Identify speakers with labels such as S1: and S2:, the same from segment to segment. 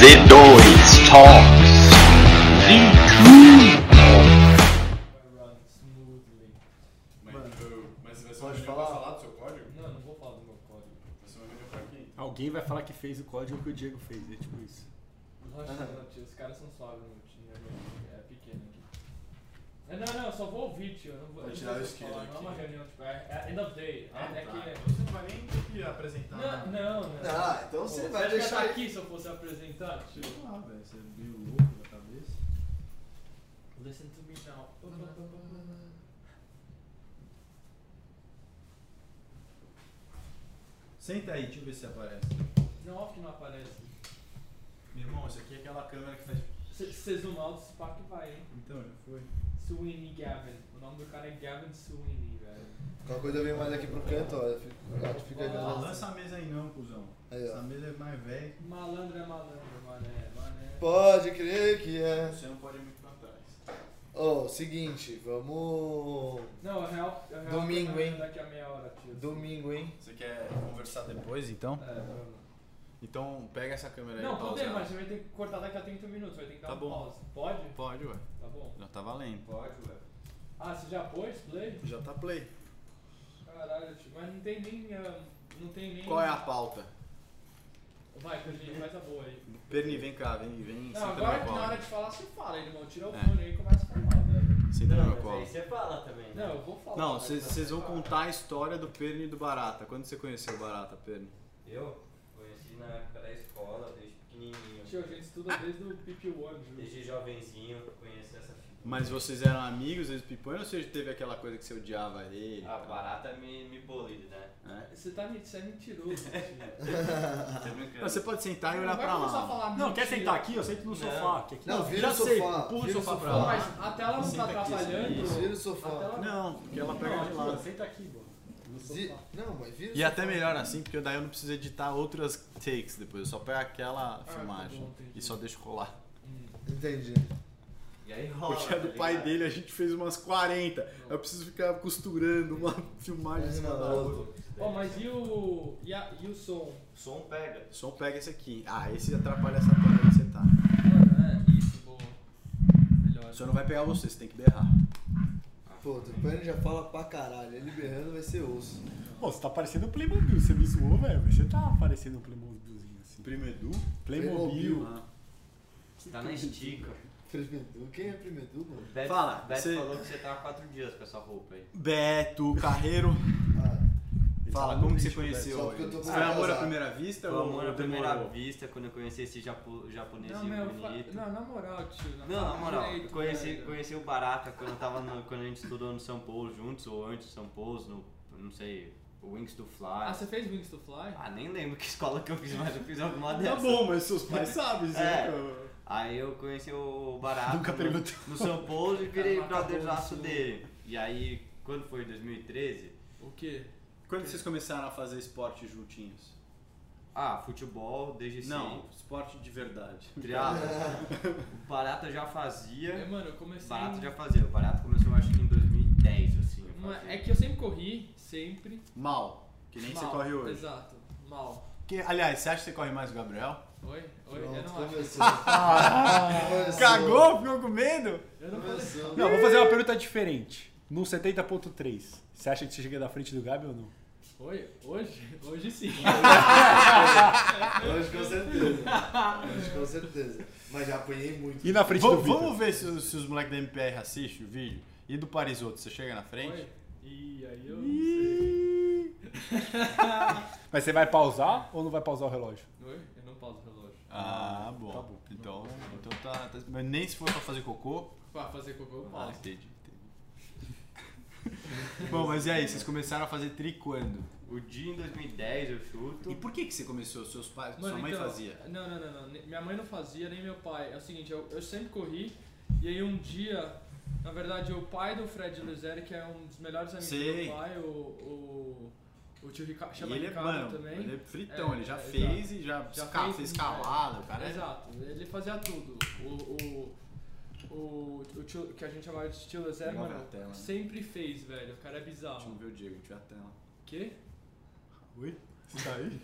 S1: D2 Talks.
S2: run smoothly.
S3: Mas, eu, mas vai ser uma
S2: Pode
S3: reunião
S2: falar?
S3: pra falar do seu código?
S2: Não, não vou falar do meu código.
S3: Vai ser uma reunião pra quem?
S4: Alguém vai falar que fez o código que o Diego fez, é tipo isso.
S2: Relaxa, não, tio. Os caras são suaves, meu time é meio- é pequeno aqui. É, Não, não, eu só vou ouvir, tio. Eu não vou,
S3: Vou
S2: eu não
S3: tirar o
S2: vou
S3: isqueiro
S2: falar, Não é
S3: aqui. Ah, tá.
S2: uma reunião, tipo, é, é end of day. É, é que.
S3: Você não vai nem ter que apresentar.
S2: Não,
S3: né?
S2: não, não.
S5: Ah, então
S2: Pô,
S5: você
S2: você
S5: vai
S2: acha que eu ia
S5: deixar
S2: tá
S5: ele-
S2: aqui se eu fosse apresentar, tio.
S5: Ah, velho, você é meio louco da cabeça.
S2: Listen to me now.
S5: Senta aí, deixa eu ver se aparece.
S2: Não, óbvio que não aparece.
S3: Meu irmão, isso aqui é aquela câmera que faz.
S2: Se se você zoomar o SPAC vai, hein?
S5: Então, já foi.
S2: Sweeney Gavin. O nome do cara é Gavin Sweeney, velho.
S6: Qualquer coisa vem mais aqui pro canto, ó. Fica- O gato fica
S2: Nossa.
S5: Não
S6: olhando.
S5: lança a mesa aí não, cuzão.
S6: Aí,
S5: Essa
S6: ó.
S5: mesa é mais velha.
S2: Malandro é malandro, mané, mané.
S6: Pode crer que é.
S3: Você não pode ir muito pra trás.
S6: Ó, seguinte, vamos.
S2: Não, é real, é real.
S6: Domingo, hein?
S2: Daqui a meia hora, tio. assim.
S6: Domingo, hein?
S3: Você quer conversar depois então?
S2: É, vamos.
S3: Então pega essa câmera aí.
S2: Não,
S3: pausa
S2: podemos,
S3: ela.
S2: mas a gente vai ter que cortar daqui a 30 minutos, vai ter que dar
S3: Tá
S2: um
S3: bom.
S2: pause. Pode?
S3: Pode, ué.
S2: Tá bom.
S3: Já tá valendo.
S5: Pode, velho.
S2: Ah, você já pôs play?
S3: Já tá play.
S2: Caralho, tio, mas não tem nem. ah, não tem nem.
S3: Qual é a pauta?
S2: Vai, Candinho, faz a boa aí.
S3: Perni, vem cá, vem, vem.
S2: Não, agora que na hora de falar, você fala, irmão. Tira o
S3: É.
S2: fone aí e começa a falar, velho.
S3: Senta no meu
S2: é
S3: colo.
S7: você fala também. né?
S2: Não, eu vou falar.
S3: Não,
S2: velho,
S3: vocês
S2: tá?
S3: vocês vão contar a história do Perni e do Barata. Quando você conheceu o Barata, Perni?
S7: Eu conheci na época da escola, desde pequenininho.
S2: Tio, a gente estuda desde o PP1, viu?
S7: Desde jovenzinho, conheci essa figura.
S3: Mas vocês eram amigos, eles pipanham ou você teve aquela coisa que você odiava ele?
S7: A barata me, me bullied, né?
S3: É?
S2: Você tá me você é mentiroso, tio.
S7: Tô brincando.
S3: Não, Você pode sentar e
S2: Não
S3: olhar
S2: vai
S3: pra
S2: começar a
S3: lá.
S2: falar
S4: Não, quer
S2: mentira.
S4: sentar aqui? Eu sento no sofá. que aqui
S6: Não, vira
S4: já
S6: o
S4: sei.
S6: sofá,
S4: Pula o
S6: vira o
S4: sofá pra
S6: sofá.
S2: Não,
S4: lá.
S2: mas a tela não
S3: Senta
S2: tá
S3: aqui,
S2: atrapalhando.
S3: isso.
S6: Vira o
S2: A tela-
S6: sofá.
S3: Não, porque ela pega de
S4: Não,
S3: lado.
S4: senta aqui, mano. No
S6: Zi-
S4: sofá.
S6: Não, mas vira o
S3: E
S6: sofá.
S3: até melhor assim, porque daí eu não preciso editar outras takes depois, eu só pego aquela
S2: tá
S3: filmagem
S2: bom, entendi.
S3: e só deixo rolar.
S2: Hum.
S6: Entendi.
S7: E aí rola.
S2: é
S3: Porque a do
S7: tá
S3: pai
S7: ligado?
S3: dele a gente fez umas 40. Eu preciso ficar costurando uma filmagem em cima da outra.
S2: Ó, mas e o. E, a- e o som?
S7: Som um pega.
S3: Só pega esse aqui. Ah, esse atrapalha essa câmera que você tá.
S2: Mano, é isso, boa. Melhor.
S3: Só não vai pegar você, você tem que berrar.
S6: Pô, o Pano já fala pra caralho. Ele berrando vai ser osso.
S4: Pô, você tá parecendo um Playmobil. Você me zoou, velho. mas Você tá parecendo um Playmobilzinho assim.
S3: Primo Edu?
S4: Playmobil.
S3: Ah.
S7: Você tá na estica.
S6: Primedu. Quem é Primedu, mano?
S7: Beto,
S3: Fala,
S7: Beto
S3: você-
S7: falou que você tá há quatro dias com essa roupa aí.
S3: Beto, Carreiro.
S6: Ah,
S4: Ele
S3: Fala,
S4: tá no
S3: como que você
S4: lixo,
S3: conheceu?
S6: Só porque eu tô
S3: ele?
S6: com
S3: Foi amor à
S6: casar.
S3: primeira vista?
S7: Pelo
S3: ou
S7: um amor à primeira
S3: demorou?
S7: vista, quando eu conheci esse japo,
S2: Não,
S7: japonesinho
S2: meu, fa-
S7: bonito.
S2: não, na moral, tio. Na
S7: Não, na moral,
S2: direito,
S7: conheci,
S2: velho.
S7: conheci o Barata quando, eu tava no- quando a gente estudou no São Paulo juntos, ou antes do São Paulo, no, não sei, Wings to Fly.
S2: Ah, você fez Wings to Fly?
S7: Ah, nem lembro que escola que eu fiz, mas eu fiz
S6: Ah,
S7: alguma
S3: Tá
S7: dessas.
S3: bom, mas seus pais sabem, você
S7: É.
S3: nunca-
S7: Aí eu conheci o Barata
S3: Nunca
S7: no-
S3: perguntou. tá
S7: no São Paulo e virei
S2: Cara, matou
S7: brotherzaço
S2: isso.
S7: dele. E aí, quando foi? 2013?
S2: O quê?
S3: Quando vocês começaram a fazer esporte juntinhos?
S7: Ah, futebol desde
S3: Não, esporte de verdade.
S7: sempre. Triatlo. O Barata já fazia.
S2: É, mano, eu
S7: O
S2: comecei.
S7: Barata
S2: em-
S7: já fazia. O Barata começou acho que em 2010, assim. eu
S2: Uma-
S7: fazia.
S2: É que eu sempre corri, sempre.
S3: Mal, que nem você
S2: mal.
S3: corre hoje.
S2: Exato, mal.
S3: Que, aliás, você acha que você corre mais que o Gabriel?
S2: Oi? Oi? eu
S6: pronto,
S2: não acho.
S6: começou. Começou.
S3: Cagou? Ficou com medo?
S2: Eu não falei.
S6: Começou.
S4: Não, vou fazer uma pergunta diferente. No 70.3, você acha que você chega da frente do Gabi ou não?
S2: Oi? Hoje? Hoje sim.
S6: Hoje com certeza. Hoje com certeza. Mas já apanhei muito.
S4: E na frente do
S3: Vamos,
S4: Vitor?
S3: vamos ver se, os- se os moleques da MPR assistem o vídeo. E do Parisoto, você chega na frente?
S2: Oi? Ih, aí eu não sei.
S4: Mas você vai pausar ou não vai pausar o relógio?
S2: Oi? Eu não pauso o relógio.
S3: Ah, bom.
S4: Tá bom.
S3: Então, então tá, tá- Mas nem se for pra fazer cocô.
S2: Pra fazer cocô, eu
S3: Ah,
S2: pauso.
S3: entendi, entendi. Bom, mas e aí, vocês começaram a fazer tri quando?
S7: O dia em 2010 eu chuto.
S3: E por que que você começou? Seus pais, sua mãe
S2: então,
S3: fazia?
S2: Não, não, não, não. Ne- Minha mãe não fazia, nem meu pai. É o seguinte, eu, eu sempre corri, e aí um dia, na verdade, o pai do Fred Luzeri, que é um dos melhores amigos do
S3: Sei.
S2: meu pai, o, o, o tio Ricardo,
S3: E
S2: chama
S3: ele é
S2: Ricardo
S3: mano,
S2: também.
S3: ele é fritão,
S2: É,
S3: ele já
S2: é,
S3: fez e já,
S2: Já
S3: esca-
S2: fez,
S3: fez, escalada, o cara é-
S2: Exato, ele fazia tudo. O, o, o, o tio, que a gente chamava de tio Luzeri,
S3: Vamos
S2: mano,
S3: ver a tela, né?
S2: sempre fez, velho. O cara é
S3: Deixa eu
S2: bizarro.
S3: ver o Diego, a gente vê a tela.
S2: Quê?
S4: Oi? Você tá aí?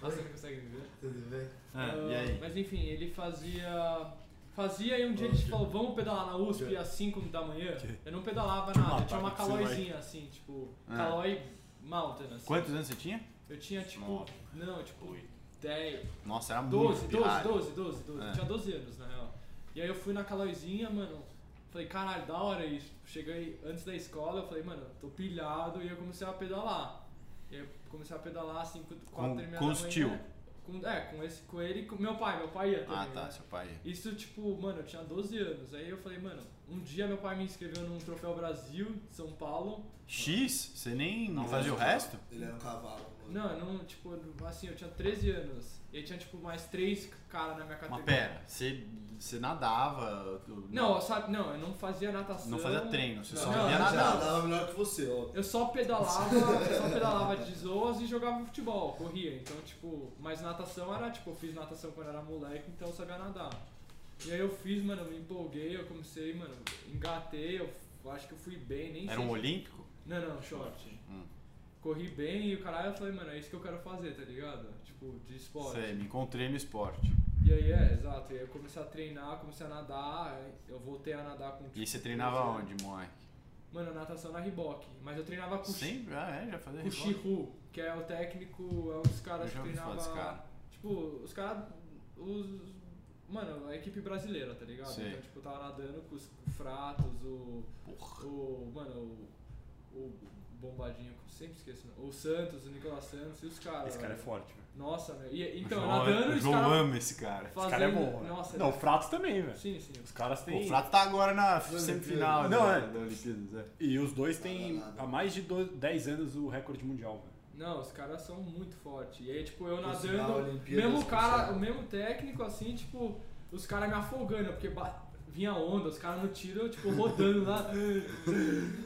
S2: Nossa, você não consegue me ver?
S6: Tudo bem?
S7: É, e
S2: Ah,
S7: aí?
S2: Mas enfim, ele fazia. Fazia e um dia a gente
S6: Ótimo.
S2: falou, vamos pedalar na USP às 5 da manhã. Eu não pedalava nada, eu tinha uma
S4: babaca que você vai.
S2: calóizinha assim, tipo,
S7: É.
S3: Ah.
S2: calói mountain, assim.
S3: Quantos anos você tinha?
S2: Eu tinha tipo.
S7: Nove.
S2: Não, tipo,
S7: Oito.
S2: 10,
S3: Nossa, era
S2: 12,
S3: muito
S2: 12,
S3: pirralho.
S2: 12, 12, 12.
S3: É.
S2: Eu tinha 12 anos, na real. E aí eu fui na calóizinha, mano. Falei, caralho, da hora isso. Cheguei antes da escola, eu falei, mano, tô pilhado. E eu comecei a pedalar. E aí eu comecei a pedalar assim, 4
S3: Com-
S2: e meia
S3: com
S2: da
S3: os
S2: manhã.
S3: tio?
S2: Com, é, com esse, com ele e com meu pai. Meu pai ia também.
S3: Ah,
S2: né?
S3: tá, seu pai.
S2: Isso, tipo, mano, eu tinha 12 anos. Aí eu falei, mano, um dia meu pai me inscreveu num Troféu Brasil de São Paulo.
S3: X? Você nem
S6: Não,
S3: fazia o
S6: não.
S3: resto?
S6: Ele era um cavalo. mano.
S2: Não, eu não, tipo, assim, eu tinha 13 anos. E aí tinha, tipo, mais três caras na minha categoria.
S3: Mas pera, você, você nadava? tu-
S2: Não, eu sabe, não, eu não fazia natação.
S3: Não fazia treino, você
S2: Não,
S3: só
S2: não,
S3: sabia
S2: não,
S6: Já
S3: nadar.
S6: nadava melhor que você, ó.
S2: Eu só pedalava, eu só pedalava de zoas e jogava futebol, corria. Então, tipo, mas natação era, tipo, eu fiz natação quando era moleque, então eu sabia nadar. E aí eu fiz, mano, eu me empolguei, eu comecei, mano, engatei, eu f- acho que eu fui bem, nem
S3: Era
S2: sei.
S3: um olímpico?
S2: Não, não, short.
S3: Hum.
S2: Corri bem e o caralho, eu falei, mano, é isso que eu quero fazer, tá ligado? Tipo, de esporte.
S3: Sei, me encontrei no esporte.
S2: E aí, é, exato. E aí eu comecei a treinar, comecei a nadar, aí eu voltei a nadar com
S3: E
S2: tipo,
S3: você treinava
S2: 12
S3: onde, moleque?
S2: Mano, natação na Riboc. Mas eu treinava com
S3: Sempre? Ah, é, já fazia
S2: o
S3: rebote.
S2: Shihu, que é o técnico, é um dos
S3: Eu
S2: caras que
S3: já ouvi falar desse
S2: treinava.
S3: cara.
S2: Tipo, os caras. Os. Mano, a equipe brasileira, tá ligado?
S3: Sei.
S2: Então, tipo, eu tava nadando com os com o Fratos, o.
S3: Porra.
S2: O. Mano, o. O Bombadinho, eu sempre esqueço. o nome. O Santos, o Nicolas Santos e os caras.
S4: Esse cara é
S2: velho.
S4: forte, velho.
S2: Nossa, meu. E, então,
S3: o João,
S2: nadando,
S3: o
S2: os
S3: João
S2: caras.
S3: ama esse cara.
S4: Esse cara é
S2: fazendo-
S4: bom, né?
S2: Nossa,
S4: Não, o
S2: ele-
S4: Fratos também, velho.
S2: Sim, sim.
S4: Os caras
S3: Pô,
S4: têm...
S3: o Frato tá agora na
S6: Não,
S3: semifinal
S4: não,
S3: da,
S4: é.
S3: da Olimpíadas, é.
S4: E os dois têm
S6: Nada, nada.
S4: há mais de do- 10 anos o recorde mundial, velho.
S2: Não, os caras são muito fortes. E aí, tipo, eu
S6: Por
S2: nadando,
S6: sinal, Olimpíadas
S2: mesmo cara,
S6: funciona.
S2: o mesmo técnico, assim, tipo, os caras me afogando, porque ba- vinha onda, os caras no tiro, eu, tipo, rodando lá,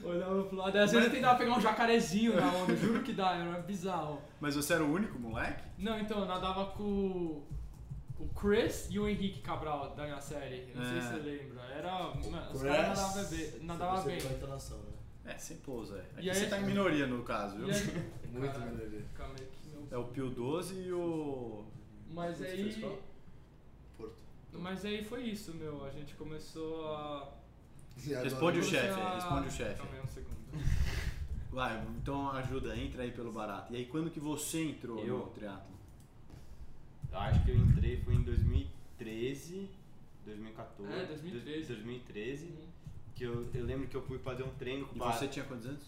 S2: olhando pro lado. Às vezes eu tentava pegar um jacarezinho na onda, juro que dá, era bizarro.
S3: Mas você era o único moleque?
S2: Não, então, eu nadava com o Chris e o Henrique Cabral da minha série, não sei
S3: É.
S2: se você lembra. Era, mano, os
S6: Crash.
S2: caras nadavam bem. Nadava
S6: Você
S2: bem.
S6: percebeu a entonação, né?
S3: É, sem pouso, é. Aqui
S2: E aí-
S3: você tá em minoria no caso, viu?
S2: E aí,
S6: um Muito
S2: Caralho.
S3: né?
S6: melhoria.
S2: calma aí, que meu...
S3: É o Pio 12 e o.
S2: Mas
S3: Você
S2: aí...
S3: fez qual?
S6: Porto.
S2: Mas aí foi isso, meu. A gente começou a.
S6: E agora-
S3: Responde o
S2: começou
S3: chefe,
S2: a-
S3: responde o chefe.
S2: Calma aí um segundo.
S3: Vai, então ajuda, entra aí pelo barato. E aí, quando que você entrou
S7: Eu?
S3: no triatlo?
S7: Eu acho que eu entrei foi em 2013, 2014.
S2: É, 2013.
S7: 2013. Que eu, eu lembro que eu fui fazer um treino com
S3: E
S7: o Bar-
S3: você tinha quantos anos?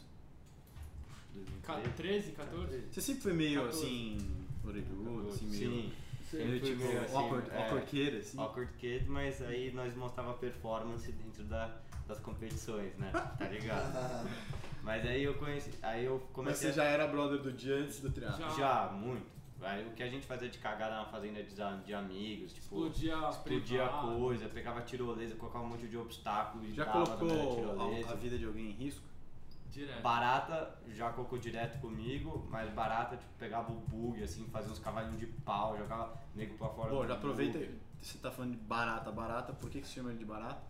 S7: 2013.
S2: Ca- 13, 14?
S3: Você sempre foi meio
S2: 14.
S3: assim. orelhudo, assim, meio.
S7: Sim,
S3: meio
S7: fui
S3: tipo.
S7: meio assim,
S3: awkward,
S7: é.
S3: awkward kid, assim.
S7: awkward kid, mas aí nós mostrava performance dentro da, das competições, né? Tá ligado?
S6: Ah,
S7: mas aí eu conheci, aí eu
S3: Mas
S7: comecei
S3: você
S7: a
S3: já era brother do dia antes do triatlo.
S2: Já.
S7: Já, muito. Aí, o que a gente fazia de cagada na fazenda de, a- de amigos, tipo,
S2: Explodia a
S7: explodia
S2: privada.
S7: coisa, pegava tirolesa, colocava um monte de obstáculo e
S3: Ah. Já
S7: dava né, na
S3: colocou
S7: tirolesa.
S3: a, a vida de alguém em risco?
S2: Direto.
S7: Barata já colocou direto comigo, mas barata tipo, pegava o bug, assim, fazia uns cavalinhos de pau, jogava nego pra fora.
S3: Bom,
S7: do
S3: já aproveita
S7: bug.
S3: que você tá falando de barata, barata. Por que, que você chama ele de barata?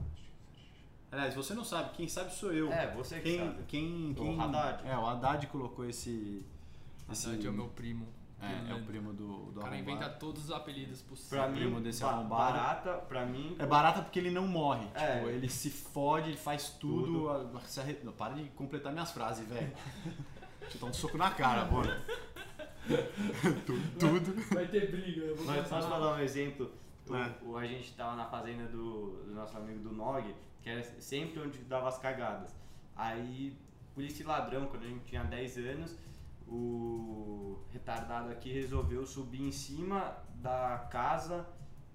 S3: Aliás, você não sabe, quem sabe sou eu.
S7: É, você que
S3: quem,
S7: sabe.
S3: Quem,
S7: O
S3: quem,
S7: Haddad.
S3: É, o Haddad colocou esse. esse
S7: assim,
S2: Esse é o meu primo. né?
S3: É, é o primo do, do
S2: O cara
S3: arrombado.
S2: inventa todos os apelidos
S7: Pra
S2: possíveis.
S7: mim,
S3: primo desse
S7: ba-
S3: arrombado.
S7: barata, pra mim,
S3: É barata porque ele não morre.
S7: É.
S3: Tipo, ele se fode, ele faz tudo.
S7: Tudo.
S3: a- se arre- Não, para de completar minhas frases, velho. Deixa eu dar um soco na cara, mano. Tu- tudo.
S2: Vai ter briga. Eu vou
S7: Mas
S2: começar
S7: posso falar um exemplo? O,
S3: É.
S7: o- a gente tava na fazenda do, do nosso amigo do Nog, que era sempre onde dava as cagadas. Aí, polícia e ladrão, quando a gente tinha 10 anos, o retardado aqui resolveu subir em cima da casa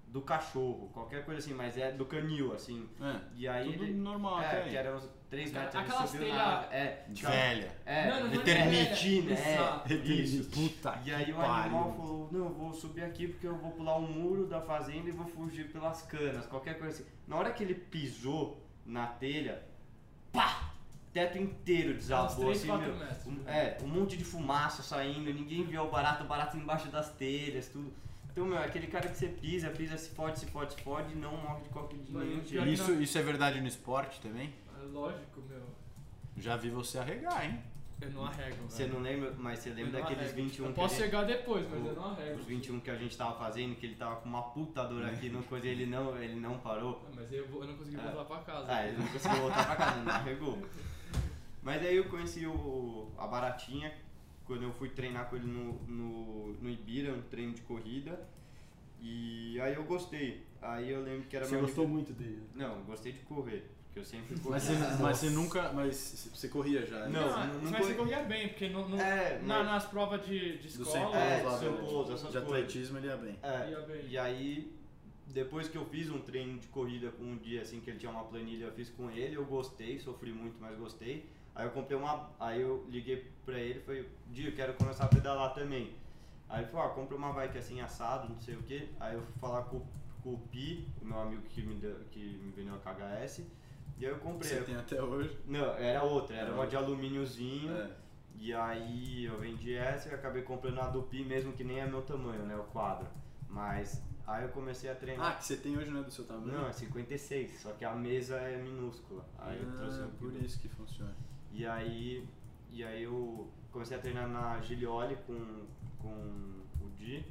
S7: do cachorro, qualquer coisa assim, mas é do canil, assim.
S3: É,
S7: E aí
S3: tudo
S7: ele.
S3: normal, até
S7: É,
S3: aí.
S7: que era uns 3
S2: Aquela-
S7: metros, ele
S2: aquelas
S7: subiu
S2: telha-
S7: na árvore. É,
S3: De
S7: tava-
S3: Velha.
S7: é,
S2: Não, não é
S7: eternitina,
S2: velha. Exato.
S7: é, isso.
S3: Puta
S7: E aí
S3: que
S7: o animal
S3: pariu.
S7: falou, não, eu vou subir aqui porque eu vou pular o muro da fazenda e vou fugir pelas canas, qualquer coisa assim. Na hora que ele pisou na telha, pá! Teto inteiro
S2: Uns
S7: desabou,
S2: 3,
S7: assim,
S2: 4
S7: meu.
S2: metros. né?
S7: Um- É, um monte de fumaça saindo, ninguém viu o barato, o barato embaixo das telhas, tudo. Então, meu, é aquele cara que você pisa, pisa, se fode, se fode, se fode e não morre de qualquer de
S2: Mas
S7: nenhum
S2: pior
S7: jeito.
S2: que
S3: Isso, isso é verdade no esporte também?
S2: É Lógico, meu.
S3: Já vi você arregar, hein?
S2: Eu não arrego,
S7: Você
S2: velho.
S7: não lembra, mas você lembra
S2: Eu não
S7: daqueles
S2: arrego.
S7: 21
S2: Eu
S7: que a
S2: posso
S7: gente,
S2: chegar depois, mas
S7: o-
S2: eu não arrego.
S7: os 21 que a gente tava fazendo, que ele tava com uma puta dor
S2: Né?
S7: aqui, não coisa, ele não, ele não parou.
S2: Ah, Mas eu, vou- eu não consegui
S7: É.
S2: voltar pra casa.
S7: Ah, ele não conseguiu voltar pra casa, não arregou. Mas aí eu conheci o, a Baratinha, quando eu fui treinar com ele no, no, no Ibira, um treino de corrida. E aí eu gostei. Aí eu lembro que era
S4: Você
S7: meu
S4: gostou
S7: aniversário-
S4: muito dele.
S7: Não, eu gostei de correr, porque eu sempre corri.
S3: Mas você, mas você nunca. Mas você corria já. né?
S7: é. Não, não
S2: mas
S7: foi-
S2: você corria bem, porque não, não-
S7: É,
S2: na-
S7: mas-
S2: nas provas de, de
S3: Do São
S2: escola.
S3: Paulo,
S7: É,
S3: lá
S7: do São
S3: do-
S7: Paulo, essas
S3: de
S7: coisas.
S3: atletismo ele ia bem.
S7: É,
S2: Ia bem.
S7: e aí, depois que eu fiz um treino de corrida com um dia assim que ele tinha uma planilha, eu fiz com ele, eu gostei, sofri muito, mas gostei. Aí eu comprei uma, aí eu liguei pra ele, e falei, dia, eu quero começar a pedalar também. Aí ele falou, ah, compra uma bike assim assado, não sei o que. Aí eu fui falar com, com o Pi, o meu amigo que me, deu, que me vendeu a KHS, e aí eu comprei.
S3: Você tem até hoje.
S7: Não, era outra, era
S3: Era
S7: uma de
S3: outra.
S7: alumíniozinho.
S3: É.
S7: E aí eu vendi essa e acabei comprando a do Pi, mesmo que nem é meu tamanho, né? O quadro. Mas aí eu comecei a
S3: Ah,
S7: treinar.
S3: que você tem hoje não é do seu tamanho?
S7: não, é 56, só que a mesa é minúscula. Aí eu trouxe
S3: Ah,
S7: um
S3: por
S7: Pi.
S3: isso que funciona.
S7: E aí, e aí eu comecei a treinar na Giglioli com, com o Di.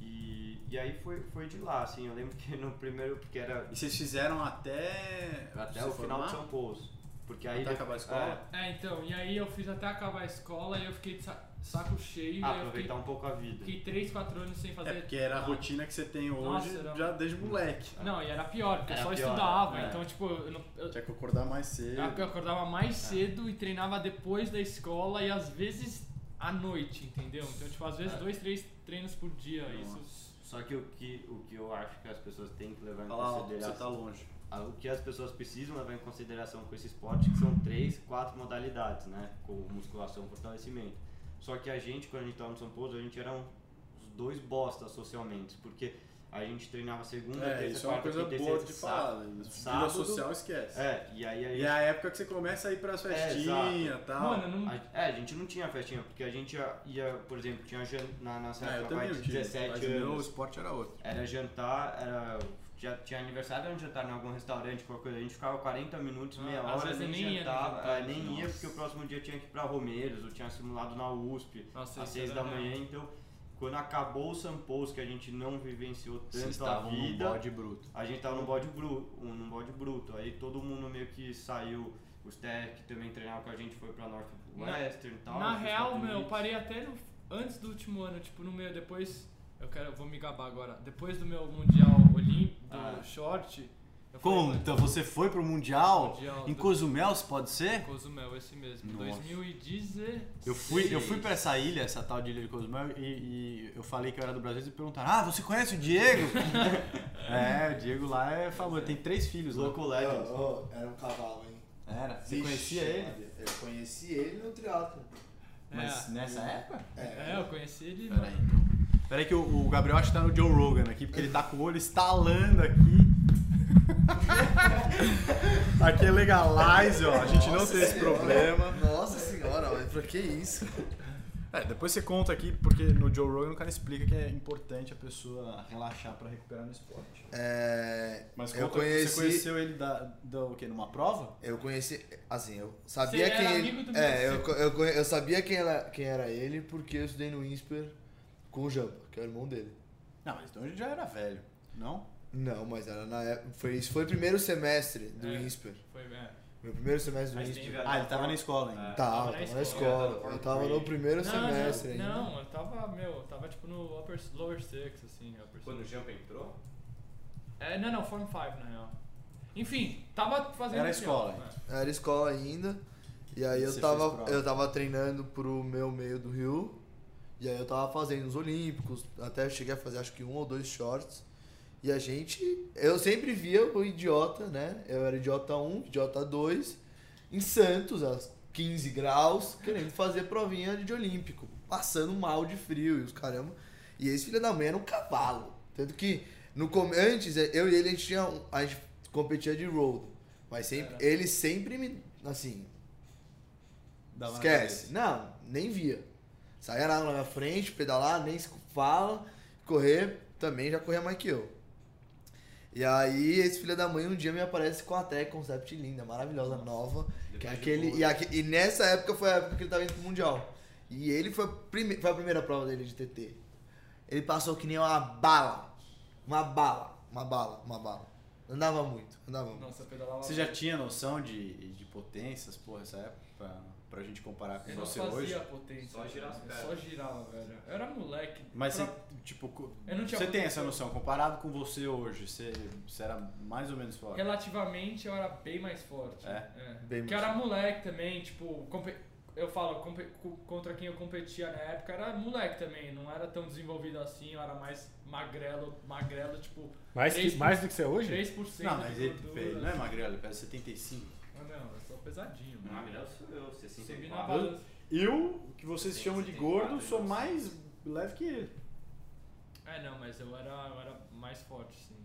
S7: E, e aí foi, foi de lá, assim. Eu lembro que no primeiro, porque era
S3: E vocês fizeram até.
S7: até
S3: se
S7: o final
S3: formar?
S7: de São Pouso. Porque aí.
S3: Até
S7: de-
S3: acabar a escola?
S2: É, então, e aí eu fiz até acabar a escola e eu fiquei de sa- saco cheio.
S7: É,
S2: e aí eu fiquei,
S7: aproveitar um pouco a vida.
S2: fiquei 3, 4 anos sem fazer.
S3: É porque era a
S2: nada.
S3: rotina né? que você tem hoje
S2: Nossa, era-
S3: já desde moleque.
S2: Não, e era pior, porque
S7: Era
S2: eu só
S7: pior,
S2: estudava.
S3: é.
S2: Então, tipo, eu, não- eu-
S3: Tinha que acordar mais cedo.
S2: eu acordava
S7: É.
S2: mais cedo e treinava depois da escola e às vezes à noite, entendeu? Então, tipo, às vezes
S7: É.
S2: dois, três treinos por dia. Isso.
S7: Só que o que, o que eu acho que as pessoas têm que levar em
S3: Fala alto, você tá
S7: consideração.
S3: longe.
S7: a- O que as pessoas precisam levar em consideração com esse esporte, que são três, quatro modalidades, né? Com musculação, fortalecimento. Só que a gente, quando a gente tava no São Paulo, a gente era um, os dois bostas socialmente, porque a gente treinava segunda,
S3: É,
S7: terça,
S3: isso é uma
S7: quarta,
S3: coisa
S7: quinta e
S3: boa
S7: sexta,
S3: de
S7: sábado.
S3: falar. né? Vida
S7: Sábado-
S3: social esquece.
S7: É, e aí a gente
S3: E é a época que você começa a ir pras festinhas e tal.
S2: Mano, eu não.
S7: A- É, a gente não tinha festinha, porque a gente ia, ia, por exemplo, tinha jan- na nossa
S3: é, eu
S7: época
S3: também
S7: vai
S3: não
S7: de
S3: tive.
S7: 17
S3: mas o meu
S7: anos.
S3: esporte era outro.
S7: Era jantar, era. Já tinha aniversário, era um jantar em algum restaurante, qualquer coisa. A gente ficava 40 minutos, meia
S2: Ah, às
S7: hora,
S2: vezes
S7: nem,
S2: nem ia no
S7: jantava,
S2: jantar.
S7: é, nem ia, porque o próximo dia tinha que ir pra Romeiros, eu tinha simulado na USP,
S2: Nossa,
S7: às
S2: isso
S7: 6
S2: era-
S7: da manhã. Então, quando acabou o Sampos, que a gente não vivenciou tanto a
S3: estavam num
S7: vida,
S3: bode bruto.
S7: a gente tava num bode, bruto, num bode bruto. Aí todo mundo meio que saiu, os tech que também treinavam com a gente, foi pra Northwestern e tal.
S2: Na
S7: pros
S2: real,
S7: Estados
S2: meu, eu
S7: Unidos.
S2: parei até no- antes do último ano, tipo, no meio, depois. Eu quero, eu vou me gabar agora. Depois do meu Mundial Olímpico, do
S7: Ah.
S2: short. Eu fui
S3: Conta, você foi pro Mundial
S2: Mundial
S3: em
S2: do-
S3: Cozumel, se pode ser?
S2: Cozumel, esse mesmo.
S3: Nossa.
S2: 2016.
S3: Eu fui, eu fui pra essa ilha, essa tal de ilha de Cozumel, e, e eu falei que eu era do Brasil e perguntaram: Ah, você conhece o Diego? é, o Diego lá é famoso, tem três filhos
S7: Os
S3: lá.
S7: Local Legends.
S6: Ó, ó, era um cavalo, hein?
S3: Era, você
S6: Vixe,
S3: conhecia ele?
S6: Maria. Eu conheci ele no triatlo.
S3: Mas nessa época?
S2: É, é, eu conheci ele.
S3: Peraí. então. Peraí que o, o Gabriel acho que tá no Joe Rogan aqui, porque ele tá com o olho estalando aqui. aqui é legalize, ó, a gente não
S6: Nossa
S3: tem esse
S6: Senhora.
S3: problema.
S6: Nossa senhora, mas pra que isso?
S3: É, depois você conta aqui, porque no Joe Rogan o cara explica que é importante a pessoa relaxar pra recuperar no esporte.
S6: É,
S3: Mas
S6: eu
S3: conta,
S6: conheci,
S3: você conheceu ele da, da o quê? Numa prova?
S6: eu conheci, assim, eu sabia
S2: Você
S6: quem
S2: era
S6: ele,
S2: amigo do
S6: é,
S2: meu-
S6: eu, co- eu, conhe- eu sabia quem era, quem era ele porque eu estudei no Insper com o Jampa, que é o irmão dele.
S3: Não, mas então ele já era velho, não?
S6: Não, mas era na época, foi, isso foi o primeiro semestre do
S2: É.
S6: Insper.
S2: Foi, é.
S6: Meu primeiro semestre do
S7: Mas
S6: Insper.
S7: teve
S3: Ah, ele tava na escola ainda.
S7: É.
S6: Tava,
S2: Tava na
S6: tava na
S2: escola.
S6: escola. Eu tava no primeiro semestre
S2: não,
S6: ainda.
S2: Não, eu tava, meu, eu tava tipo no upper, lower six, assim, upper six.
S7: Quando o Jump entrou?
S2: É, não, não, form 5, na real. Enfim, tava fazendo.
S3: Era
S2: assim,
S3: escola.
S2: ó, é.
S6: Era escola ainda. E aí eu
S3: Você fez
S6: tava,
S3: prova.
S6: eu tava treinando pro meu meio do Rio. E aí eu tava fazendo os Olímpicos. Até eu cheguei a fazer acho que um ou dois shorts. E a gente. Eu sempre via o idiota, né? Eu era idiota 1, idiota 2. Em Santos, às 15 graus, querendo fazer provinha de Olímpico. Passando mal de frio e os caramba. E esse filho da mãe era um cavalo. Tanto que no, come- antes, eu e ele, a gente, tinha, um- a gente competia de road. Mas sempre,
S2: Era.
S6: ele sempre me. Assim,
S3: Dava na
S6: esquece. Não, nem via. Saía na, na frente, pedalar, nem se fala. Correr, também já corria mais que eu. E aí, esse filho da mãe um dia me aparece com a track concept linda, maravilhosa, nova. Que é aquele, e, aque- e nessa época foi a época que ele tava indo pro Mundial. E ele foi, a prime- foi a primeira prova dele de TT. Ele passou que nem uma bala. Uma bala, uma bala, uma bala. Andava muito, andava muito.
S2: Nossa, eu É. pedalava.
S3: Você já tinha noção de, de potências, porra, essa época? Pra, pra gente comparar com
S2: eu não
S3: você
S2: fazia
S3: hoje?
S2: potência.
S7: Só girava
S2: velho.
S7: as pernas.
S2: Só girava, velho. Eu era moleque.
S3: Mas
S2: Pra-
S3: você, tipo, co-
S2: Eu não tinha
S3: você tem essa
S2: potência.
S3: noção, comparado com você hoje, você, você era mais ou menos forte.
S2: Relativamente eu era bem mais forte.
S3: É?
S6: Bem
S2: Porque eu
S6: mais
S2: era moleque também, tipo, compe- eu falo, compe- co- contra quem eu competia na época era moleque também, não era tão desenvolvido assim, eu era mais magrelo, magrelo, tipo,
S4: Mais, que,
S2: Três
S4: mais do que você é hoje?
S2: 3%
S3: Não, mas
S2: né, de
S3: ele,
S2: gordura.
S3: ele não é magrelo, ele pesa 75.
S2: Ah, não, eu sou pesadinho,
S7: O
S2: mano.
S7: magrelo sou Ah, eu,
S2: Subi na
S7: 64.
S2: balança.
S3: Eu, que vocês chamam de
S7: 74,
S3: gordo, sou
S7: né?
S3: mais leve que ele.
S2: É, não, mas eu era, eu era mais forte, sim.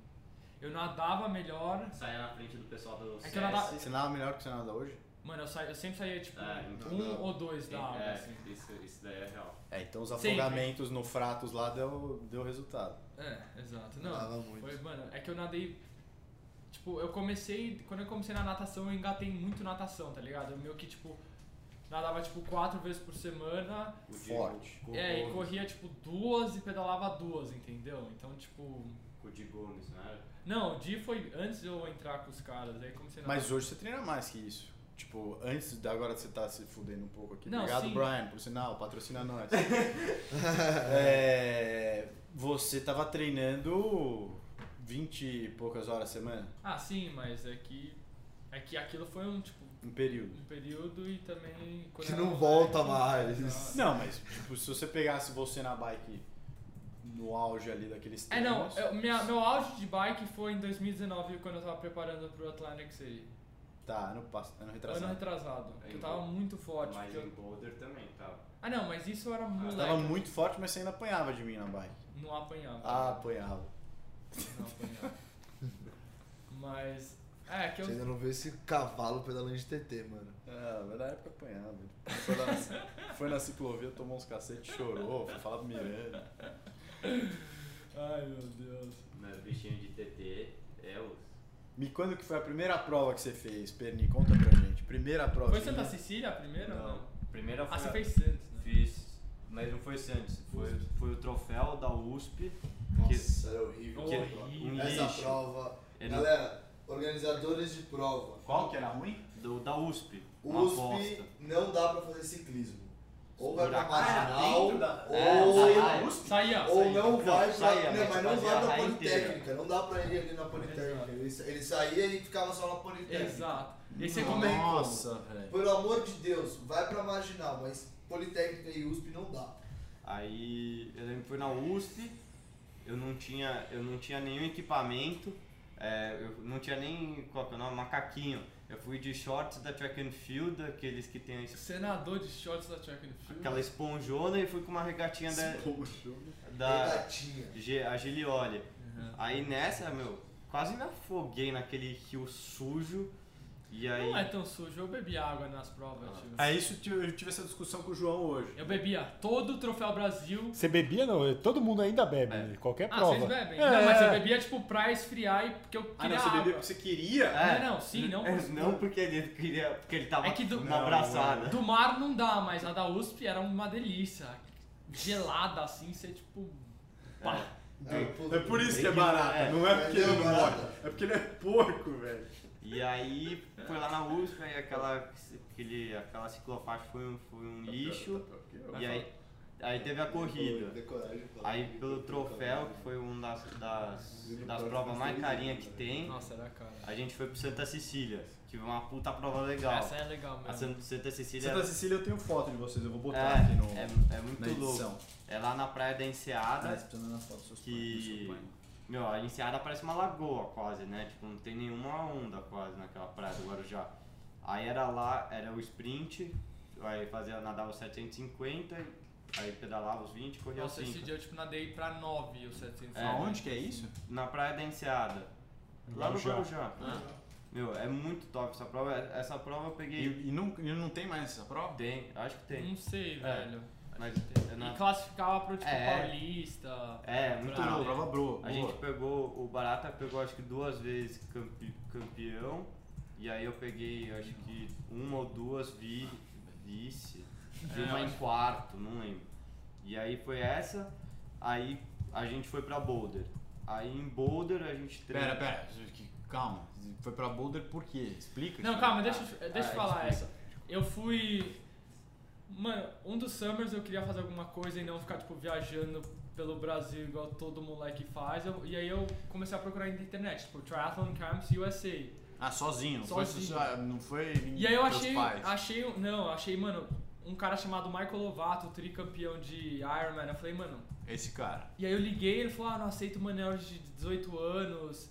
S2: Eu nadava melhor.
S7: Saia na frente do pessoal do
S2: É que eu nadava-
S7: CS.
S3: Você nada melhor que você nada hoje?
S2: Mano, eu, saía- eu sempre saía, tipo,
S7: Ah, então
S2: um
S6: dá.
S2: ou dois da aula,
S7: É,
S2: assim.
S7: isso, isso daí é real.
S3: É, então os
S2: Sempre.
S3: afogamentos no Fratos lá deu, deu resultado.
S2: É, exato. Não,
S6: Nadava muito.
S2: Foi, mano, é que eu nadei. Tipo, eu comecei. Quando eu comecei na natação, eu engatei muito natação, tá ligado? Eu meio que, tipo, nadava, tipo, quatro vezes por semana.
S7: O
S3: Forte.
S7: Diego,
S2: É, e
S7: Gomes,
S2: corria, tipo, duas e pedalava duas, entendeu? Então, tipo.
S7: com o Di Gomes, né? não era?
S2: Não, o dia foi antes de eu entrar com os caras, aí comecei a nadar.
S3: Mas hoje você treina mais que isso. Tipo, antes de agora você tá se fudendo um pouco aqui.
S2: Não,
S3: Obrigado,
S2: sim.
S3: Brian, por sinal, patrocina nós. É, você tava treinando 20 e poucas horas a semana?
S2: Ah, sim, mas é que. É que aquilo foi um, tipo,
S3: Um período.
S2: um período e também. quando
S6: Que
S2: eu
S6: não
S2: era
S6: volta
S2: moleque,
S6: mais.
S2: não.
S3: Não, mas tipo, se você pegasse você na bike no auge ali daqueles
S2: É, não,
S3: treinos,
S2: eu- minha- meu auge de bike foi em 2019, quando eu tava preparando pro Atlantic City.
S3: Tá, ano, pass- ano retrasado.
S2: Ano retrasado. que eu
S7: Em
S2: tava
S7: Bo-
S2: muito forte.
S7: Mas
S2: porque eu-
S7: em Boulder também, tá?
S2: Ah não, mas isso eu era moleque.
S3: Você tava muito forte, mas você ainda apanhava de mim na bike.
S2: Não apanhava.
S3: Ah, apanhava.
S2: Não apanhava. mas. É, que eu.
S6: Você ainda não vê esse cavalo pedalando de TT, mano.
S3: Ah, mas na época apanhava. Foi na, foi na ciclovia, tomou uns cacetes, chorou, foi falar pro Miranda.
S2: Ai meu Deus.
S7: Mas bichinho Né, de TT é os.
S3: Me quando que foi a primeira prova que você fez, Perni? Conta pra gente. Primeira prova.
S2: Foi Santa Cecília a primeira? ou
S7: Não. Primeira foi.
S2: Ah, você
S7: a-
S2: fez Santos, né?
S7: Fiz. Mas não foi Santos, foi, foi o troféu da USP.
S6: Nossa, era horrível.
S7: Que,
S2: Horrível.
S7: um
S6: Essa
S7: lixo.
S6: prova.
S7: Ele-
S6: Galera, organizadores de prova.
S3: Qual que era ruim?
S7: do, da USP. Uma
S6: USP
S7: aposta.
S6: não dá pra fazer ciclismo. Ou vai pra
S7: Buraco.
S6: marginal,
S3: dentro da-
S7: É,
S6: ou,
S7: sai-
S2: Saía.
S6: ou não vai pra.
S7: saía,
S6: não,
S7: mas
S6: mas não
S7: fazia a
S6: vai pra
S7: raia
S6: Politécnica. Não dá pra ele ali na Politécnica.
S2: Exato.
S6: Ele, sa- ele saía e ficava só na Politécnica.
S2: Exato. E aí você
S6: Não.
S2: come...
S3: Nossa, velho.
S6: Pelo amor de Deus, vai pra marginal, mas Politécnica e USP não dá.
S7: Aí eu lembro que foi na USP, eu não tinha, eu não tinha nenhum equipamento, é, eu não tinha nem qual que é o nome, macaquinho. Eu fui de shorts da track and field, aqueles que tem a es-
S2: Senador de shorts da Track and Field.
S7: aquela esponjona, e fui com uma regatinha da, da
S6: Pegadinha.
S7: G- a Gilioli.
S2: Uhum.
S7: Aí nessa, meu, quase me afoguei naquele rio sujo. E aí.
S2: Não é tão sujo, eu bebi água nas provas, tio.
S3: É isso, que eu tive essa discussão com o João hoje.
S2: Eu bebia todo o Troféu Brasil.
S4: Você bebia, não? Todo mundo ainda bebe, né? qualquer
S2: Ah,
S4: prova.
S2: vocês bebem?
S4: É.
S2: Não, mas eu bebia tipo pra esfriar e porque eu
S3: Ah,
S2: queria
S3: não, você bebia
S2: água.
S3: porque você queria?
S7: É,
S2: Não, não, sim, não.
S7: É, não porque ele queria. Porque ele tava
S2: É que do-
S7: na
S3: Não,
S7: abraçada.
S2: Do mar não dá, mas a da USP era uma delícia. Gelada assim, você tipo. Pá.
S3: É por isso que é
S7: É,
S3: barato, não é porque ele não
S6: um barato.
S3: morre. É porque ele é porco, velho.
S7: E aí foi lá na USP, aí aquela, aquele, aquela ciclofaixa foi um, foi um lixo. E aí, aí teve
S6: Tá
S7: a corrida. Aí pelo troféu, que foi uma das, das, das provas mais carinhas que tem,
S2: Nossa, era cara.
S7: a gente foi pro Santa Cecília, que foi uma puta prova legal. Ah,
S2: Essa é legal
S7: A
S2: mesmo.
S7: San- Santa Cecília
S3: Santa Cecília, eu tenho foto de vocês, eu vou botar aqui no,
S7: é, é, é
S3: na
S7: muito
S3: edição. Tá
S7: louco. É lá na Praia da
S5: Ah,
S7: Enseada.
S5: esse precisa
S3: é.
S5: na foto dos seus
S7: Que-
S5: pais, do seu pai.
S7: Meu, a enseada parece uma lagoa quase, né? Tipo, não tem nenhuma onda quase naquela praia do Guarujá. Aí era lá, era o sprint, aí fazia, nadava os 750, aí pedalava os 20 e corria os
S2: Nossa, esse
S7: 5.
S2: dia eu tipo nadei pra 9 os 700.
S7: É.
S3: Aonde que é isso?
S7: Na praia da enseada. Lá no
S3: Guarujá.
S7: Guarujá.
S2: Ah.
S7: Meu, é muito top essa prova. Essa prova eu
S3: E,
S7: peguei.
S3: e não, e não tem mais essa prova?
S7: Tem, acho que tem.
S2: Não sei,
S7: É.
S2: velho.
S7: Mas eu não-
S2: E classificava pro tipo
S7: É.
S2: paulista.
S7: É, muito
S2: pra-
S3: Ah, prova bro- boa.
S7: A gente pegou, o Barata pegou acho que duas vezes campe- campeão, e aí eu peguei acho que uma ou duas vi- vice, e
S2: É,
S7: uma
S2: eu
S7: em
S2: acho-
S7: quarto, não lembro. E aí foi essa, aí a gente foi pra Boulder. Aí em Boulder a gente
S3: Pera,
S7: treinou.
S3: pera, calma. Foi pra Boulder por quê? Explica.
S2: Não,
S3: isso.
S2: calma, deixa, eu- deixa eu
S7: Ah,
S2: falar
S7: explica.
S2: essa. Eu fui. Mano, um dos summers eu queria fazer alguma coisa e não ficar, tipo, viajando pelo Brasil igual todo moleque faz. Eu- e aí eu comecei a procurar na internet, tipo, Triathlon Camps USA.
S3: Ah, sozinho. não foi
S2: Sozinho.
S3: soci- ah, não foi
S2: E aí eu
S3: teus
S2: achei,
S3: pais.
S2: achei, um- não, achei, mano, um cara chamado Michael Lovato, tricampeão de Ironman. Eu falei, mano,
S3: Esse cara.
S2: e aí eu liguei, ele falou, ah, não aceito manel de 18 anos.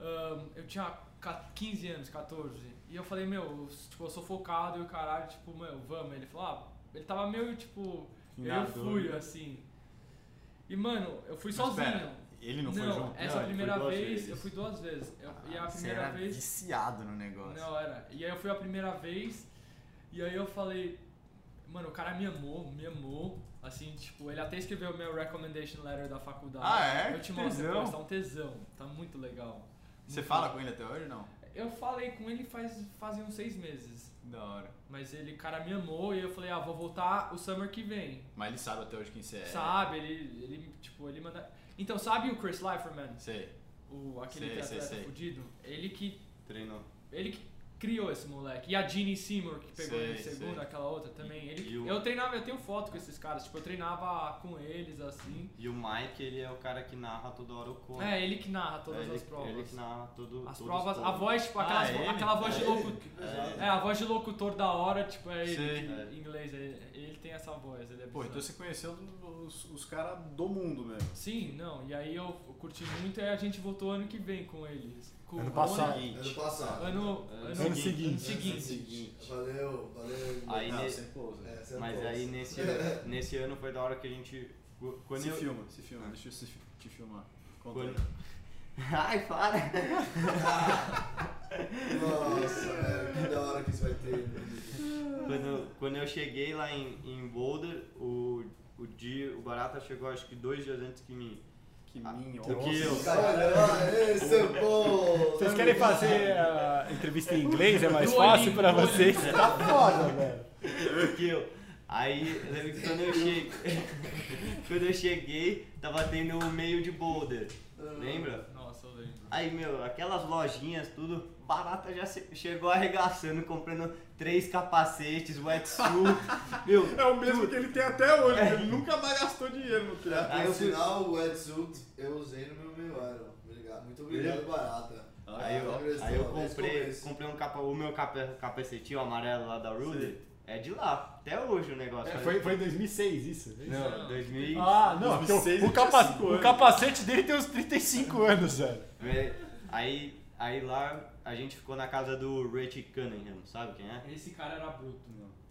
S2: Ahn, eu tinha ca- 15 anos, 14. E eu falei, meu, eu, s- tipo, eu sou focado e o caralho, tipo, meu, vamos. Ele falou, ah, ele tava meio, tipo, eu
S3: Nada,
S2: fui,
S3: né?
S2: assim. E, mano, eu fui
S3: Mas
S2: sozinho.
S3: pera, Ele não, foi junto?
S2: essa
S7: Não, ele
S2: primeira
S7: foi duas
S2: vez,
S7: vezes.
S2: eu fui duas vezes. Eu- e a
S3: Ah,
S2: primeira
S3: você era
S2: vez...
S3: viciado no negócio.
S2: Não, era. E aí eu fui a primeira vez, e aí eu falei, mano, o cara me amou, me amou. Assim, tipo, ele até escreveu o meu recommendation letter da faculdade.
S3: Ah, é?
S2: Eu te
S3: Que
S2: mostro
S3: tesão.
S2: depois, tá um tesão. Tá muito legal.
S3: Você
S2: Muito
S3: fala
S2: legal.
S3: com ele até hoje ou não?
S2: Eu falei com ele faz, fazem uns seis meses.
S3: Da hora.
S2: Mas ele, o cara, me amou e eu falei, ah, vou voltar o summer que vem.
S3: Mas ele sabe até hoje quem você é.
S2: Sabe? Ele, ele, tipo, ele manda... Então, sabe o Chris Liferman?
S3: Sei.
S2: O, aquele
S3: Sei, sei,
S2: atleta
S3: sei.
S2: fudido? Ele que
S7: Treinou.
S2: Ele que criou esse moleque. E a Jeannie Seymour, que pegou
S3: Sei,
S2: ele em segundo,
S3: sei.
S2: aquela outra também. Ele,
S7: E o-
S2: Eu treinava, eu tenho foto com esses caras, tipo, eu treinava com eles assim.
S7: E o Mike, ele é o cara que narra toda hora o corpo.
S2: É, ele que narra
S7: É,
S2: todas
S7: ele,
S2: as provas.
S7: Ele que narra todo,
S2: As
S7: todos os
S2: provas, a
S7: treinos.
S2: voz, tipo, aquelas-
S3: Ah, ele?
S2: aquela voz de locutor.
S7: É.
S2: É, a voz de locutor da hora, tipo, é
S3: Sei.
S2: ele
S7: É.
S2: em inglês, é- ele tem essa voz, ele é
S4: Pô,
S2: bizarro.
S4: então você conheceu os, os caras do mundo mesmo.
S2: Sim, não, e aí eu curti muito e a gente voltou ano que vem com eles. Com
S4: Ano
S2: o
S4: passado.
S7: Tá.
S2: Rony.
S6: Ano passado.
S2: Ano,
S7: Ano
S2: ano,
S4: Ano
S2: ano
S4: seguinte.
S2: seguinte.
S6: Valeu, valeu.
S7: Aí
S6: Não,
S7: ne-
S6: sem pose. É, sem
S7: Mas
S6: pose.
S7: aí nesse, nesse ano foi da hora que a gente. qu- Quando
S4: se
S7: eu,
S4: filma, se filma, deixa eu se fi- te filmar. Conta aí.
S7: Quando- Ai, para!
S6: Nossa, velho, que da hora que isso vai ter. né?
S7: Quando, quando eu cheguei lá em, em Boulder, o, o, dia, o Barata chegou acho que dois dias antes que mim.
S4: Que
S7: Ah,
S4: minha,
S7: o
S4: nossa.
S7: que eu-
S6: Caralho, né? esse é bom.
S4: Vocês querem fazer a entrevista em inglês? É mais
S2: Do
S4: fácil
S2: olhinho,
S4: pra
S2: do olhinho.
S4: vocês? Tá foda, velho.
S7: Porque eu. Aí, eu lembro que quando eu cheguei. quando eu cheguei, tava tendo o meio de Boulder. Lembra?
S2: Nossa, eu lembro.
S7: Aí, meu, aquelas lojinhas, tudo, barata já se- chegou arregaçando, comprando três capacetes, wetsuit. meu,
S4: É o mesmo que ele tem até hoje,
S7: É.
S4: ele nunca mais gastou dinheiro no triatlo.
S7: Aí
S6: Por
S7: eu fui-
S6: sinal, o wetsuit eu usei no meu meio Iron. Obrigado. Muito obrigado, barata.
S7: Aí eu,
S6: Agradeço
S7: aí eu
S6: uma vez
S7: comprei,
S6: com esse.
S7: comprei um capa, o meu capa, capacetinho amarelo lá da Rudy. É de lá, até hoje o negócio.
S4: É, foi, foi em 2006 isso?
S7: Não, 2000.
S4: Ah, não,
S3: 2006
S4: porque o, o
S3: ele tinha
S4: capa-
S3: cinco
S4: o
S3: anos.
S4: capacete dele tem uns 35 anos, velho.
S7: É, Aí, aí lá a gente ficou na casa do Richie Cunningham, sabe quem é?
S2: Esse cara era bruto.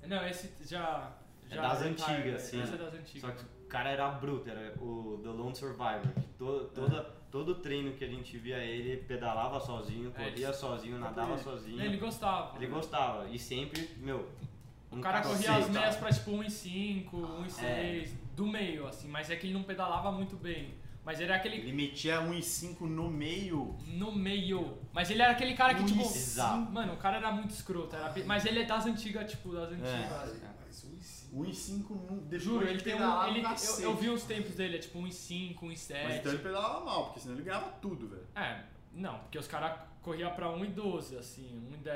S2: Não, esse já.
S7: É
S2: já
S7: das
S2: retired,
S7: antigas,
S2: esse
S7: sim.
S2: é das
S7: Só
S2: antigas.
S7: que o cara era bruto, era o The Lone Survivor. que to- toda,
S2: É.
S7: Todo treino que a gente via ele pedalava sozinho,
S2: É,
S7: corria sozinho, nadava sozinho.
S2: Ele gostava. né?
S7: Ele gostava. E sempre, meu. Um
S2: O cara
S7: capacete.
S2: corria as meias pra tipo 1,5, 1,6,
S7: É.
S2: do meio, assim. Mas é que ele não pedalava muito bem. Mas ele era aquele.
S3: Ele metia 1,5 no meio.
S2: No meio. Mas ele era aquele cara que, tipo.
S7: Exato.
S2: Mano, o cara era muito escroto. Era... pe- Mas ele é das antigas, tipo, das antigas.
S6: Ai,
S7: Ah.
S6: mas um e cinco.
S4: 1,5 não deixou
S2: Juro,
S4: de
S2: ele tem um.
S4: pedalar
S2: Ele,
S4: no
S2: eu,
S4: cacete.
S2: eu vi uns tempos dele, é tipo 1,5,
S4: Mas então ele
S2: 1,7.
S4: pedalava mal, porque senão ele ganhava tudo, velho.
S2: É, não, porque os caras corriam pra 1,12, assim, 1,10.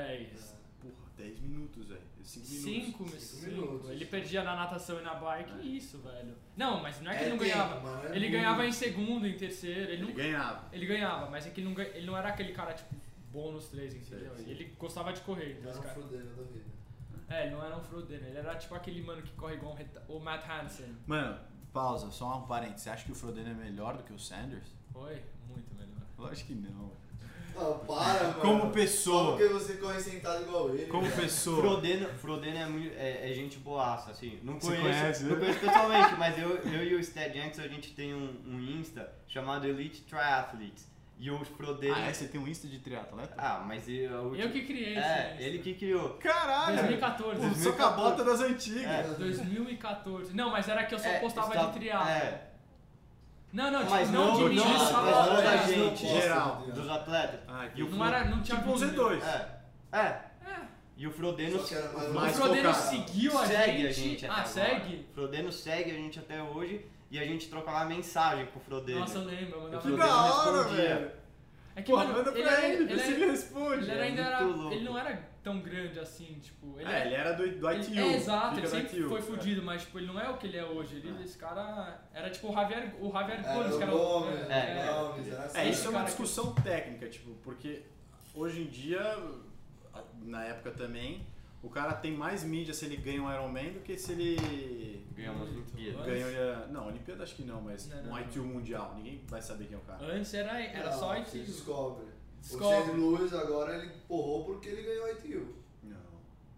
S4: Porra, 10 minutos, velho. 5 minutos.
S2: 5
S6: Cinco minutos.
S2: Ele perdia na natação e na bike,
S7: É.
S2: e isso, velho. Não, mas não é que ele não
S6: tempo,
S2: ganhava.
S6: mas não é
S2: Ele
S6: muito.
S2: ganhava em segundo, em terceiro, ele,
S4: Ele
S2: não,
S4: ganhava.
S2: ele ganhava, mas é que ele não, ganha- ele não era aquele cara, tipo, bom nos
S7: É,
S2: três, entendeu?
S4: Sei, sei.
S2: Ele gostava de correr. então
S6: Não,
S7: um
S2: esse cara-
S6: fudendo da vida.
S2: É, ele não era um Frodeno, ele era tipo aquele mano que corre igual um reta- o Matt Hansen.
S3: Mano, pausa, só um parênteses. Você acha que o Frodeno é melhor do que o Sanders?
S2: Oi? Muito melhor.
S3: Lógico que não.
S6: Ah, para, mano.
S3: Como
S6: Só
S3: pessoa.
S6: porque você corre sentado igual ele.
S3: Como
S6: velho.
S3: pessoa.
S7: Frodeno, Frodeno é, muito- é- é gente boaça, assim. Não
S3: Você
S7: conheço,
S3: conhece, né?
S7: não conheço pessoalmente, mas eu, eu e o Sted Yanks, a gente tem um, um Insta chamado Elite Triathletes. E eu frodei.
S3: Ah, é? Você tem um Insta de triatleta?
S7: Ah, mas eu. a última-
S2: Eu que criei
S7: É,
S2: esse Ah,
S7: ele
S2: Insta.
S7: que criou.
S3: Caralho!
S2: 2014.
S3: O socabota das antigas.
S7: É.
S2: 2014. Não, mas era que eu só
S7: É,
S2: postava
S7: só-
S2: de triatlo.
S7: É,
S2: Não, não, tipo,
S7: Mas
S2: não,
S7: não-
S2: de mim,
S7: não-
S2: eu
S7: não-
S2: só
S7: não-
S2: postava-
S7: da
S5: Mas não
S7: gente,
S5: posso,
S3: geral.
S5: meu Deus.
S7: dos atletas.
S3: Ah,
S7: E o
S2: Não era, não tinha um.
S4: Tipo uns
S2: vídeo.
S4: E2.
S7: É. É. E o Frodeno
S6: Só que era mais-
S2: O
S3: mais
S2: Frodeno
S3: focado.
S2: seguiu a
S7: segue
S2: gente.
S7: a gente até
S2: ah,
S7: agora.
S2: segue?
S7: O Frodeno segue a gente até hoje e a gente troca lá mensagem pro Frodeno.
S2: Nossa, eu lembro. Eu
S7: Eu
S2: mandava
S7: fui
S3: Que
S7: Frodeno
S3: da hora,
S7: respondia.
S3: velho.
S2: É que,
S3: Pô,
S2: mano,
S3: manda
S2: ele,
S3: pra
S2: era-
S3: ele,
S2: ele
S3: vê se
S2: era-
S3: ele responde.
S2: ele era
S7: é
S2: ainda
S7: muito
S2: era-
S7: louco.
S2: ele não era tão grande assim, tipo, ele
S3: É,
S2: é,
S3: ele era do, do
S2: ele-
S3: ITU.
S2: é, exato, ele
S3: Fica no
S2: sempre
S3: ITU,
S2: foi
S3: é.
S2: fudido, mas tipo, ele não é o que ele é hoje. Ele, Esse cara era tipo o Javier, o Javier
S6: Era
S2: Gomes,
S6: o
S2: que era
S6: Gomes,
S2: é,
S7: né?
S2: é.
S6: Gomes, era
S3: É,
S6: assim.
S3: isso é uma
S2: Cara, que-
S3: discussão técnica, tipo, porque hoje em dia, a- na época também, o cara tem mais mídia se ele ganha um Iron Man do que se ele
S7: Ganhamos Olimpíada.
S3: ganha. olha- Não, Olimpíada acho que não, mas
S2: Não, não,
S3: um
S2: não.
S3: ITU mundial. Ninguém vai saber quem é o cara.
S2: Antes era, era
S6: Não,
S2: só
S6: se
S2: isso.
S6: Descobre. O Shane
S2: Descobre.
S6: Lewis agora ele empurrou porque ele ganhou a ITU.
S3: Não.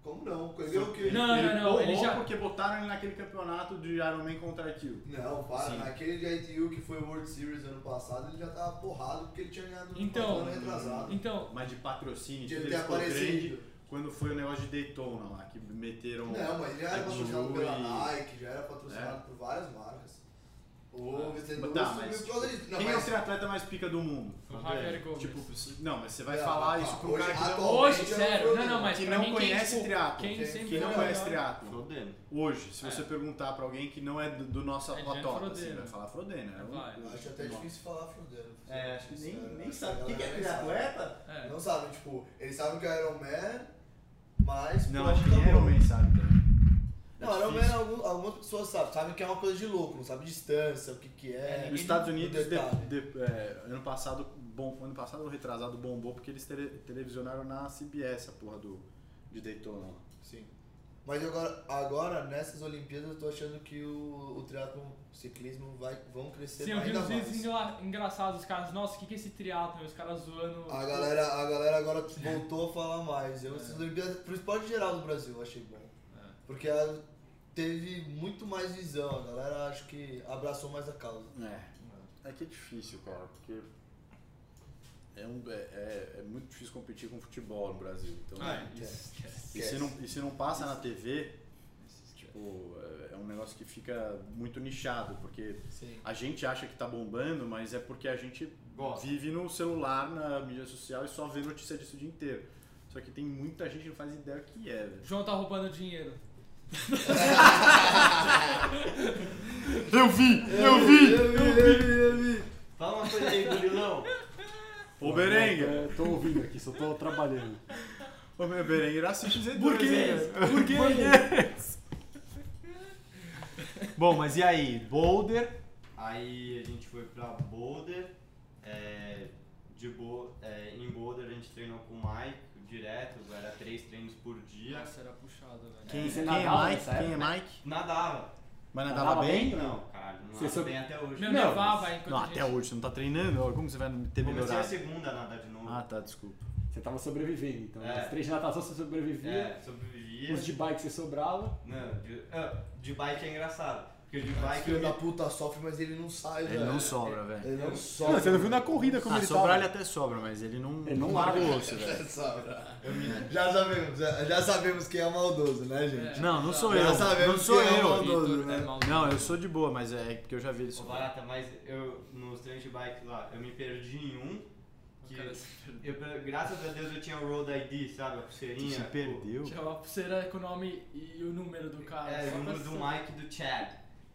S6: Como não? Ele ganhou o quê?
S2: Não,
S3: ele
S2: não, não, ele
S3: borrou
S2: já-
S3: porque botaram ele naquele campeonato de Iron Man contra ITU.
S6: Não, para.
S3: Sim.
S6: Naquele de ITU que foi o World Series ano passado, ele já tava porrado porque ele tinha ganhado
S2: Então,
S6: no ano retrasado.
S2: Então,
S3: Mas de patrocínio,
S6: De ele
S3: tudo,
S6: ter
S3: ele ficou grande
S6: aparecido.
S3: quando foi o negócio de Daytona lá, que meteram.
S6: Não, mas ele já era
S3: a
S6: patrocinado
S3: Diu
S6: pela
S3: e- É.
S6: Nike, já era patrocinado por várias marcas. O Vicente
S3: Mas
S6: Lewis
S3: tá,
S6: subiu
S3: mas,
S6: por causa disso. Não,
S3: Quem é o
S6: mas-
S3: triatleta mais pica do mundo?
S2: O Javier Gomes.
S3: Tipo, não, mas você vai
S6: Não,
S3: falar
S6: não,
S3: isso pra um
S6: hoje-
S3: cara que não,
S6: atualmente
S2: Hoje,
S6: é o
S2: sério, não,
S6: Frodeno.
S2: não, mas
S3: que
S2: pra
S3: não
S2: mim,
S3: conhece
S2: quem, tipo,
S3: triatlo.
S2: quem
S6: Quem- é
S2: sempre
S3: que não
S2: foi melhor-
S3: conhece triatlo.
S7: Frodeno.
S3: Hoje, se
S7: É.
S3: você perguntar pra alguém que não é do, do nosso
S2: É Jean
S3: patota, assim,
S2: Frodeno.
S3: vai falar Frodeno. é um-
S2: Vai.
S6: Eu Acho até difícil falar Frodeno.
S3: É, acho que nem,
S6: Sincero,
S3: nem
S6: acho
S3: sabe.
S6: a
S3: O que, que é
S6: galera nem sabe.
S3: triatleta?
S2: É.
S6: Não sabem, tipo, eles sabem que é Iron Man, mas.
S3: Não,
S6: pronto,
S3: acho que nem é
S6: tá
S3: Iron
S6: bom.
S3: Man sabe também. É
S6: Não, Iron Man,
S3: difícil.
S6: algum- algumas pessoas sabem, sabem que é uma coisa de louco, não sabe distância, o que que é.
S2: É,
S3: Nos
S2: ninguém-
S3: Estados Unidos,
S6: no
S3: de-
S6: detalhe.
S3: de- é, ano passado, bom, ano passado, ou retrasado, bombou porque eles tele- televisionaram na CBS a porra do, de Daytona. lá.
S6: Sim. Mas agora, agora, nessas Olimpíadas, eu tô achando que o, o triatlo, o ciclismo vai, vão crescer
S2: Sim, eu vi
S6: ainda
S2: uns vídeos
S6: mais.
S2: engla- engraçados, os caras, nossa, o que, que é esse triatlon? Os caras zoando.
S6: A galera, a galera agora voltou a falar mais. Eu, essas Olimpíadas, pro esporte geral do Brasil, eu achei bom. Porque a- teve muito mais visão, a galera acho que abraçou mais a causa.
S3: É. É que é difícil, cara, porque é, um, é, é, é muito difícil competir com futebol no Brasil. Então,
S2: Ah,
S6: é.
S2: isso, esquece.
S3: e, se
S6: esquece.
S3: não, e se não passa na TV, tipo, é é um negócio que fica muito nichado, porque
S6: Sim.
S3: a gente acha que tá bombando, mas é porque a gente
S7: Gosta.
S3: vive no celular, na mídia social e só vê notícia disso o dia inteiro. Só que tem muita gente que não faz ideia o que é, velho.
S2: João tá roubando dinheiro.
S3: Eu vi!
S6: Eu vi! Eu vi, eu vi, eu vi!
S7: Fala uma coisa aí, gorilão.
S3: Ô, Berenga!
S4: Eu tô ouvindo aqui, só tô trabalhando.
S3: Ô, meu Berenga, assim assiste os
S4: Bom, mas e aí? Boulder?
S7: Aí a gente foi pra Boulder. é, de Bo é, em Boulder a gente treinou com o Mike direto, era três treinos por dia.
S2: Nossa, era puxado, velho.
S3: Quem,
S4: Você
S3: quem
S4: nadava
S3: é Mike?
S4: nessa
S3: Quem é Mike?
S7: Nadava.
S3: Mas
S4: Nadava
S3: nadava,
S4: bem?
S3: bem?
S7: Não, caralho, não
S4: Você
S7: nada
S4: soube-
S7: bem até hoje.
S2: Não,
S3: Não,
S2: nevava
S3: mas-
S2: enquanto
S3: Não,
S2: a gente...
S3: até hoje, você não tá treinando? Ó, Como você vai ter
S7: Comecei a
S3: melhorado?
S7: segunda a nadar de novo.
S3: Ah, tá, desculpa.
S4: Você tava sobrevivendo, então.
S7: É.
S4: Os três de natação você sobrevivia,
S7: é, sobrevivia.
S4: os de bike você sobrava.
S7: Não, de, ah, de bike é engraçado. Porque de
S6: Esse
S7: bike.
S6: filho
S7: eu-
S6: da puta sofre, mas ele não sai,
S3: Ele
S6: velho.
S3: não sobra, velho.
S6: Ele não
S7: Não,
S6: sofre.
S4: você não viu na corrida como
S3: Ah,
S4: ele
S3: sobrar
S4: tava.
S3: ele até sobra, mas ele não,
S4: Ele não
S3: larga
S4: larga.
S3: o osso, velho.
S6: Sobra. É Já sabemos, já, já sabemos quem é maldoso, né, gente?
S2: É.
S3: Não, não sou
S6: Já
S3: eu.
S6: sabemos
S3: Não sou
S6: quem é o
S3: eu.
S6: maldoso,
S2: Vitor é
S6: né?
S2: maldoso.
S3: Não, eu sou de boa, mas é porque eu já vi ele
S7: Ô,
S3: sobrar.
S7: barata, mas eu, nos treinos de bike lá, eu me perdi em um.
S2: O
S7: Que
S2: cara se perdeu.
S7: eu, graças a Deus eu tinha o Road ID, sabe? A pulseirinha.
S3: Se
S7: o-
S3: perdeu.
S2: Tinha uma pulseira com o nome e o número do cara.
S7: É,
S2: só
S7: o número
S2: pra-
S7: do Mike e do Chad.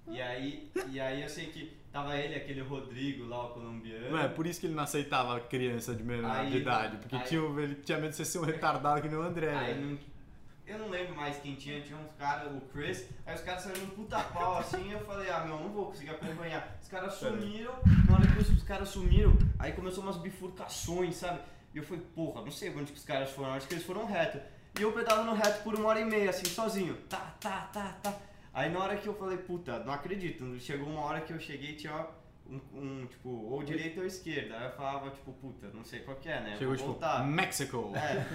S7: E aí, e aí eu sei que tava ele, aquele Rodrigo lá, o colombiano.
S3: Não, é por isso que ele não aceitava criança de menor
S7: Aí-
S3: de idade, porque
S7: aí-
S3: tinha, o- ele tinha medo de você ser um retardado que nem o André.
S7: Aí
S3: velho.
S7: não- eu não lembro mais quem tinha, tinha uns caras, o Chris, aí os caras saíram um puta pau assim, e eu falei, ah meu, não vou conseguir acompanhar. Os caras sumiram, na hora que os caras sumiram, aí começou umas bifurcações, sabe? E eu falei, porra, não sei onde que os caras foram, acho que eles foram reto. E eu pedalava no reto por uma hora e meia, assim, sozinho. Tá, tá, tá, tá. Aí na hora que eu falei, puta, não acredito, chegou uma hora que eu cheguei e tinha um, um, tipo, ou direita ou esquerda. Aí eu falava, tipo, puta, não sei qual que é, né?
S3: Chegou
S7: Vou
S3: tipo,
S7: voltar.
S3: Mexico.
S7: É.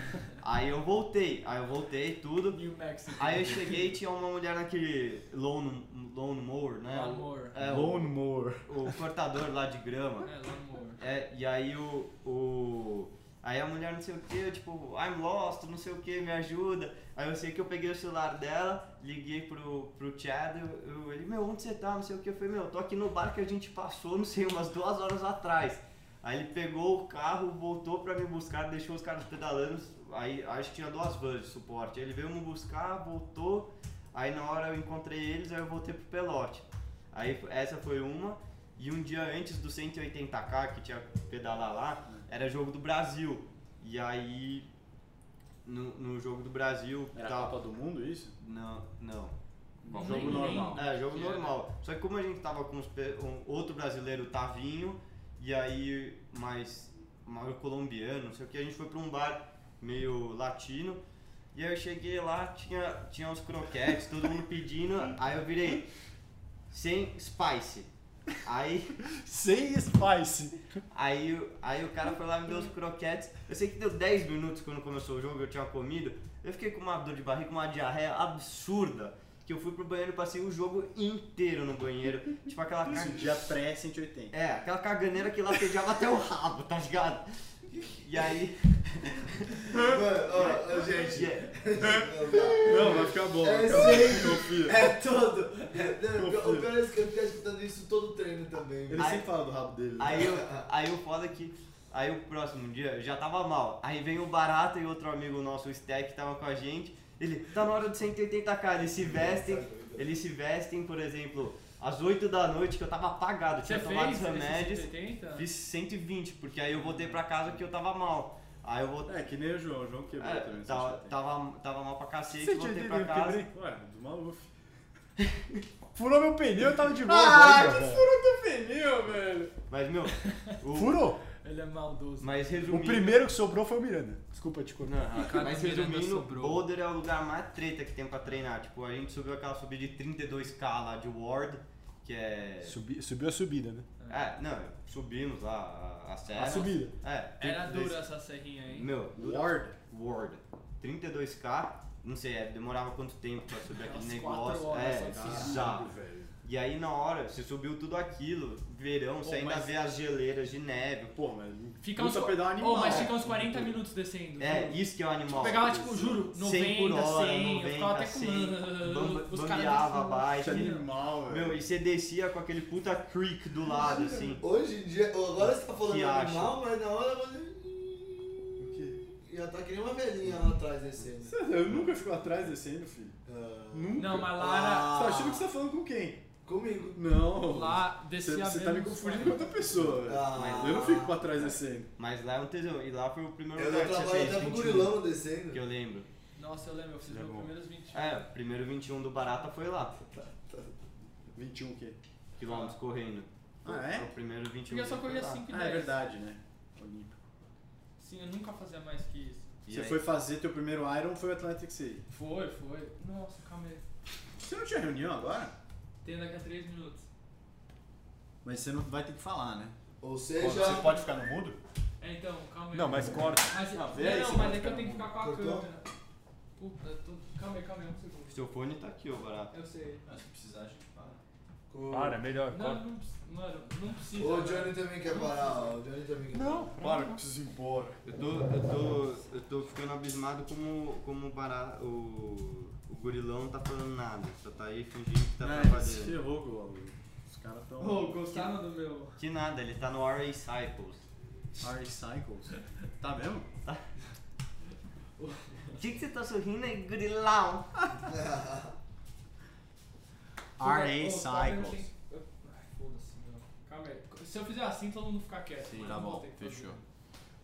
S7: Aí eu voltei, aí eu voltei tudo.
S2: E o Max.
S7: Aí eu cheguei e tinha uma mulher naquele lawn, lawn mower, né?
S2: Lawn mower.
S7: É,
S3: Lone Moore.
S7: o, o cortador lá de grama.
S2: É, lá no morro.
S7: É, e aí o, o. Aí a mulher não sei o que, tipo, I'm lost, não sei o que, me ajuda. Aí eu sei que eu peguei o celular dela, liguei pro, pro Chad, eu, eu- ele, meu, onde você tá? Não sei o que. Eu falei, meu, tô aqui no bar que a gente passou, não sei, umas duas horas atrás. Aí ele pegou o carro, voltou pra me buscar, deixou os caras pedalando. Aí acho que tinha duas vans de suporte. Ele veio me buscar, voltou. Aí na hora eu encontrei eles, aí eu voltei pro Pelote. Aí essa foi uma. E um dia antes do 180k que tinha que pedalar lá,
S1: É.
S7: era jogo do Brasil. E aí no, no jogo do Brasil
S1: Era a
S7: tava-
S1: Copa do Mundo isso?
S7: Não, não.
S1: Bom,
S2: Nem-
S1: jogo
S2: nem-
S1: normal.
S7: É, jogo
S2: Que
S7: normal. Só que como a gente tava com os pe- um outro brasileiro, o Tavinho, e aí mais, mais o colombiano, não sei o que, a gente foi pra um bar meio latino. E aí eu cheguei lá, tinha, tinha uns croquetes, todo mundo pedindo, aí eu virei sem spice. Aí
S1: Sem Spice.
S7: Aí, o- aí o cara foi lá me deu os croquetes. Eu sei que deu 10 minutos quando começou o jogo, eu tinha comido. Eu fiquei com uma dor de barriga, uma diarreia absurda. Que eu fui pro banheiro e passei o jogo inteiro no banheiro. Tipo aquela
S1: Isso,
S7: cag...
S1: dia pré-180.
S7: É, aquela caganeira que latejava até o rabo, tá ligado? E aí.
S6: Mano, ó, ó, gente.
S7: É.
S1: Não, vai ficar bom.
S6: É
S1: vai ficar bom.
S6: sempre.
S1: Confia.
S6: É todo. É, o pior é que eu ficar escutando isso todo treino também.
S1: Ele
S7: Aí-
S1: sempre fala do rabo dele. né?
S7: Aí, eu, aí o foda é que. Aí o próximo dia eu já tava mal. Aí vem o Barata e outro amigo nosso, o Stack, que tava com a gente. Ele, tá na hora de 180k, eles se vestem. Eles se vestem, por exemplo, às 8 da noite, que eu tava apagado,
S2: Você
S7: tinha tomado os
S2: fez
S7: remédios.
S2: esses 80?
S7: Fiz 120, porque aí eu voltei pra casa que eu tava mal. Aí eu voltei.
S1: É, que nem o João. O João quebrou
S7: É,
S1: também.
S4: tá,
S7: tava,
S1: 180.
S7: tava, tava mal pra cacete,
S4: Você
S7: voltei
S4: tinha
S7: pra
S4: entendido,
S7: casa.
S4: quebrei?
S1: Ué, do Maluf.
S4: Furou meu pneu, eu tava de boa.
S1: Ah,
S4: agora,
S1: que
S4: cara.
S1: furo do pneu, velho.
S7: Mas, meu, o-
S4: Furou.
S2: Ele é maldoso.
S7: mas
S4: O
S7: resumindo.
S4: primeiro que sobrou foi o Miranda. Desculpa te cortar.
S7: Não,
S2: Ricardo
S7: mas
S2: Miranda
S7: resumindo,
S2: sobrou.
S7: Boulder é o lugar mais treta que tem pra treinar. Tipo, a gente subiu aquela subida de 32k lá de Ward, que é.
S4: Subi- subiu a subida, né?
S7: É, não, subimos lá a, a serra.
S4: A subida.
S7: É,
S2: Era
S7: 32K.
S2: dura essa serrinha aí.
S7: Meu,
S1: Ward.
S7: Word. 32k, não sei, é, demorava quanto tempo pra subir aquele
S2: Umas quatro
S7: negócio.
S2: horas assim,
S7: é,
S2: só de
S7: bizarro.
S1: velho.
S7: E aí na hora, você subiu tudo aquilo, verão, você
S1: Pô,
S7: ainda
S1: mas-
S7: vê as geleiras de neve.
S1: Pô, mas.
S2: Fica
S1: puta
S2: uns...
S1: pedal animal.
S2: oh, mas fica uns 40 minutos descendo.
S7: É,
S2: juro.
S7: isso que é o animal.
S2: Eu pegava, tipo, juro, 90,
S7: 100 por hora,
S2: 100,
S7: 90,
S2: eu ficava até com...
S7: 100, bamba-
S2: os
S7: bambeava a
S2: caras...
S7: bike.
S1: Puta animal, velho.
S7: Meu, e você descia com aquele puta creek do lado, assim.
S6: Hoje em dia, ó, agora você tá falando
S7: Que acha?
S6: animal, mas na hora você.
S1: O quê?
S6: Já tá que nem uma velhinha lá atrás descendo.
S1: Eu nunca fico atrás descendo, filho.
S6: Ah,
S1: um. Nunca.
S2: Não, mas lá era...
S4: Ah.
S1: Você tá achando que você tá falando com quem?
S6: Comigo.
S1: Não.
S2: Lá descia
S1: Você, você tá me
S2: menos
S1: confundindo com
S2: 40.
S1: outra pessoa, velho.
S6: Ah.
S7: Mas
S1: Eu não fico pra trás descendo.
S7: Mas lá é um tesão. E lá foi o primeiro
S6: Eu
S7: lugar
S6: já
S7: que você
S6: trabalho
S7: fez.
S6: até pro
S7: 21,
S6: gurilão descendo.
S7: Que eu lembro.
S2: Nossa, eu lembro, eu fiz
S4: Já
S2: meus
S4: vou.
S2: primeiros 20.
S7: É, o primeiro 21 do Barata foi lá.
S1: 21 o um quê?
S7: Quilômetros correndo.
S1: Ah, é?
S7: Foi O primeiro 21.
S2: Porque eu só
S7: foi
S2: corria
S7: lá.
S2: 5 e 10.
S1: Ah, é verdade, né? Olímpico.
S2: Sim, eu nunca fazia mais que isso.
S7: E
S1: Você
S7: aí-
S1: foi fazer teu primeiro Iron ou foi o Atlantic City?
S2: Foi, foi. Nossa, calma aí.
S1: Você não tinha reunião agora?
S2: Tem daqui a 3 minutos.
S1: Mas você não vai ter que falar, né?
S6: Ou
S1: Pode-
S6: seja,
S1: pode ficar no mudo?
S2: É, então, calma aí.
S4: Não, mas corta.
S2: Mas,
S1: Ah,
S2: não,
S1: vê aí se
S2: não, mas
S1: vai
S2: é que
S1: ficar
S2: eu tenho que
S1: no-
S2: ficar com a
S6: Cortou?
S2: câmera. Puta, eu tô... calma aí, calma aí, um segundo.
S7: Seu fone tá aqui, ô Barata.
S2: Eu sei.
S5: Ah, se precisar, a gente para.
S4: Para, melhor,
S2: Não,
S4: corta.
S2: não, precisa- mano, não precisa.
S6: o
S2: né?
S6: Johnny também quer parar, ó. O Johnny também quer
S4: Não,
S1: Para, eu preciso ir embora.
S7: Eu tô, eu tô, eu tô ficando abismado como, como o Barata, o, o gurilão não tá falando nada. Só tá aí fingindo que tá
S1: É, se
S7: trabalhando.
S1: ferrou, Golo. Os caras tão...
S2: Ô, gostaram do Tá meu...
S7: Que nada, ele tá no RA Cycles.
S1: Harry Cycles. Tá mesmo?
S7: O que, que você tá sorrindo aí, gurilão?
S1: RA
S2: Ô, calma aí, eu
S4: tá,
S1: Cycles.
S2: tenho- eu- Ai, foda-se, meu. Calma aí. Se eu fizer assim, todo mundo ficar quieto.
S1: Sim,
S2: mas
S1: tá
S2: eu vou
S1: bom,
S2: ter que fazer.
S1: fechou.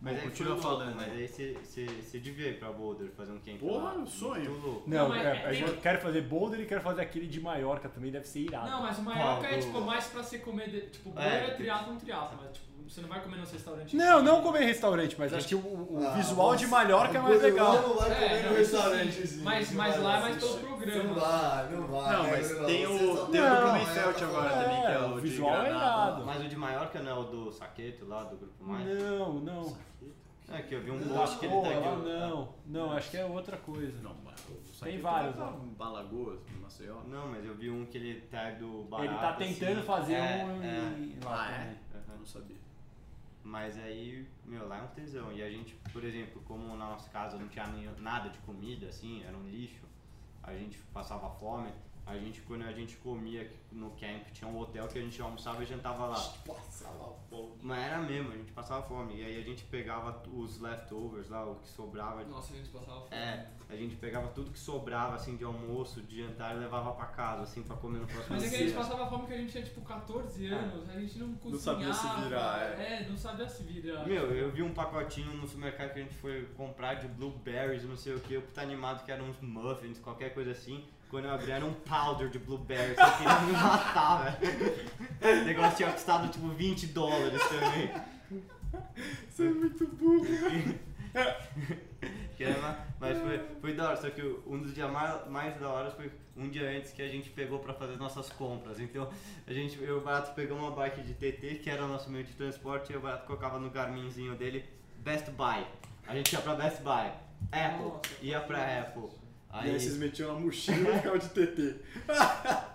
S7: Mas
S1: Bom,
S7: aí
S1: continua
S7: foi louco,
S1: falando,
S7: Mas
S1: né?
S7: aí você- você você devia ir pra Boulder fazer um camp
S1: Porra,
S7: lá.
S1: um sonho.
S7: Muito louco.
S4: Não,
S2: Não, mas
S4: é,
S2: é-
S4: a
S2: tem
S4: gente quer fazer boulder e quer fazer aquele de Maiorca também, deve ser irado.
S2: Não, mas o Maiorca é
S7: Qual?
S2: tipo mais pra você comer. de- Tipo, banho
S7: É,
S2: é,
S7: tem-
S2: triatlon, triatlon, mas tipo, você não vai comer assim. nos restaurantes.
S4: Não, não comer em restaurante, mas acho que o, o
S6: Ah,
S4: visual de
S6: nossa.
S4: Maiorca é mais
S6: O gurilão
S4: legal.
S6: não vai comer
S2: É,
S6: no
S2: não, isso sim.
S6: restaurantezinho.
S2: Mas,
S6: Não
S2: mas
S6: vai
S2: lá é mais
S6: assistir.
S2: todo o
S6: Não
S2: programa.
S6: vai, não vai.
S1: Não,
S6: né,
S1: mas
S6: gurilão?
S1: tem
S6: Você
S1: o,
S6: só-
S1: tem o
S4: Não,
S1: do
S6: é,
S1: Blumen Felt
S6: tá
S1: agora
S6: falando.
S1: também, que é
S4: É,
S1: o
S4: o
S1: de
S4: visual é
S1: Granada.
S4: irado.
S7: Mas o de Maiorca não é o do Saqueto lá, do Grupo Mais?
S4: Não, não.
S7: É que eu vi um post que ele
S4: Pô, ela
S7: tagueou.
S4: não, não, acho que é outra coisa.
S1: Não, mas o Saqueto
S4: Tem vários,
S1: Tá
S4: né?
S1: em Balagoas, em Maceió.
S7: Não, mas eu vi um que ele tá do barato.
S4: Ele tá tentando
S7: assim.
S4: fazer
S7: É,
S4: um
S7: é.
S4: em- lá
S1: Ah, é?
S4: também.
S1: Eu
S7: Aham.
S1: não sabia.
S7: Mas aí, meu, lá é um tesão. E a gente, por exemplo, como na nossa casa não tinha nem- nada de comida, assim, era um lixo, a gente passava fome. A gente, quando a gente comia no camp, tinha um hotel que a gente almoçava e jantava lá. Mas era mesmo, a gente passava fome. E aí a gente pegava os leftovers lá, o que sobrava.
S2: Nossa, a gente passava fome.
S7: É, a gente pegava tudo que sobrava, assim, de almoço, de jantar e levava pra casa, assim, pra comer no próximo
S2: Mas é que a
S7: dia.
S2: gente passava fome que a gente tinha tipo 14 anos, a gente não
S1: sabia
S2: cozinhava.
S1: se virar,
S2: É, não sabia se virar.
S7: Meu, eu vi um pacotinho no supermercado que a gente foi comprar de blueberries, não sei o que, eu puta animado que eram uns muffins, qualquer coisa assim. Quando eu abri era um powder de blueberries, eu queria me matar, velho. O negócio tinha custado tipo 20 dólares também. Você é muito burro, Mas foi,
S2: É.
S7: foi da hora, só que o- um dos dias mais, mais da hora foi um dia antes que a gente pegou pra fazer nossas compras. Então a gente, eu e o Barato pegamos uma bike de TT, que era o nosso meio de transporte, e o Barato colocava no Garminzinho dele Best Buy. A gente ia pra Best Buy. Apple.
S2: Nossa,
S7: ia pra
S2: nossa.
S7: Apple.
S1: E
S7: Aí,
S1: aí vocês metiam na mochila e ficavam de TT.